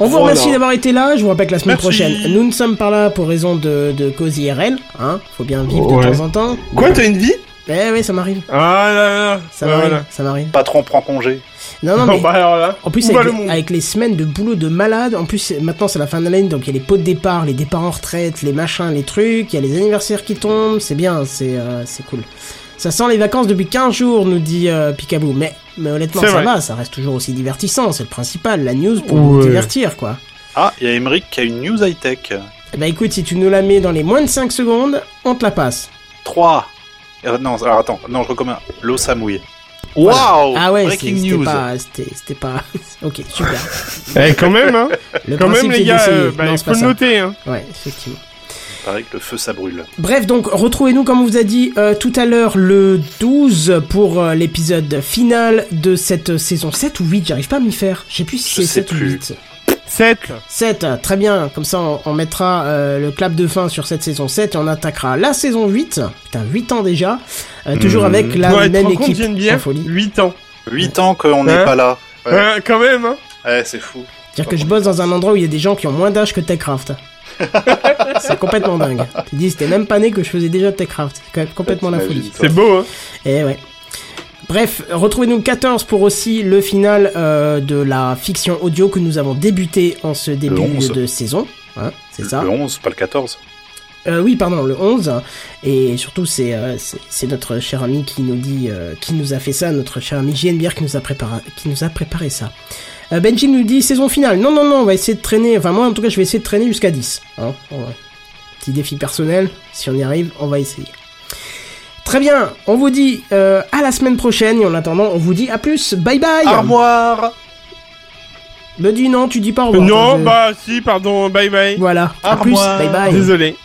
On vous
Voilà.
remercie d'avoir été là. Je vous rappelle que la semaine
Merci.
prochaine, nous ne sommes pas là pour raison de, de cause IRL. Hein. Faut bien vivre de
Ouais.
temps en temps.
Quoi, t'as une vie
Eh oui, ça m'arrive.
Ah là là.
Ça
bah,
m'arrive.
voilà.
Ça m'arrive.
Patron prend congé.
Non, non,
Bon,
mais
bah alors là.
En plus,
Où va
avec,
le
les,
monde
avec les semaines de boulot de malade, en plus, c'est- maintenant c'est la fin de l'année, donc il y a les pots de départ, les départs en retraite, les machins, les trucs, il y a les anniversaires qui tombent, c'est bien, c'est euh, c'est cool. Ça sent les vacances depuis 15 jours, nous dit euh, Picaboo. Mais, mais honnêtement,
C'est
ça
vrai.
va, ça reste toujours aussi divertissant, c'est le principal, la news pour vous
Ouais.
divertir, quoi.
Ah, il y a Emeric qui a une news high-tech.
Eh ben écoute, si tu nous la mets dans les moins de 5 secondes, on te la passe.
3. Euh, non, alors attends, non, je recommande. L'eau ça mouille. Waouh
ah ouais, c'est-
Oh, Breaking
c'était
news.
pas... C'était c'était pas... [laughs] ok, super.
Eh, quand même, hein.
Le
quand
principe,
même,
c'est
les gars,
d'essayer.
euh, bah,
Non,
il
c'est
faut
pas
le
ça.
noter, hein.
Ouais, effectivement.
Il paraît que le feu ça brûle.
Bref, donc retrouvez-nous comme on vous a dit euh, tout à l'heure le 12 pour euh, l'épisode final de cette euh, saison 7 ou 8, j'arrive pas à m'y faire. Je sais plus si
Je
c'est
sais
7 ou
plus.
8.
7.
7, euh, très bien, comme ça on, on mettra euh, le clap de fin sur cette saison 7 et on attaquera la saison 8, putain 8 ans déjà, euh, toujours
Mhm.
avec la
ouais, tu te
même
rends compte,
équipe,
Geneviève
sans folie.
8 ans.
8 ans qu'on n'est
Hein
pas là. Ouais,
Hein, quand même, hein.
Ouais, c'est fou.
C'est-à-dire que je bosse dans un endroit où il y a des gens qui ont moins d'âge que
[laughs]
Techcraft. c'est complètement dingue. Tu dis c'était même pas né que je faisais déjà Techcraft, c'est quand même complètement la
T'imagines,
folie.
toi.
C'est beau, hein.
Eh ouais. Bref, retrouvez-nous le 14 pour aussi le final euh, de la fiction audio que nous avons débuté en ce
Le
début
11.
de saison. Hein, c'est ça.
Le 11, pas le 14.
Euh, oui, pardon, le 11. Et surtout, c'est euh, c'est- c'est notre cher ami qui nous dit, euh, qui nous a fait ça, notre cher ami JNBR qui nous a préparé, qui nous a préparé ça. Euh, Benji nous dit saison finale. Non, non, non, on va essayer de traîner. Enfin, moi, en tout cas, je vais essayer de traîner jusqu'à 10. hein. On va- Petit défi personnel. Si on y arrive, on va essayer. Très bien. On vous dit euh, à la semaine prochaine. Et en attendant, on vous dit à plus. Bye bye.
Armoire
Me dis non, tu dis pas au revoir.
Non,
Je-
bah si, pardon, bye bye.
Voilà. À
Armoire.
plus. Bye bye.
Désolé.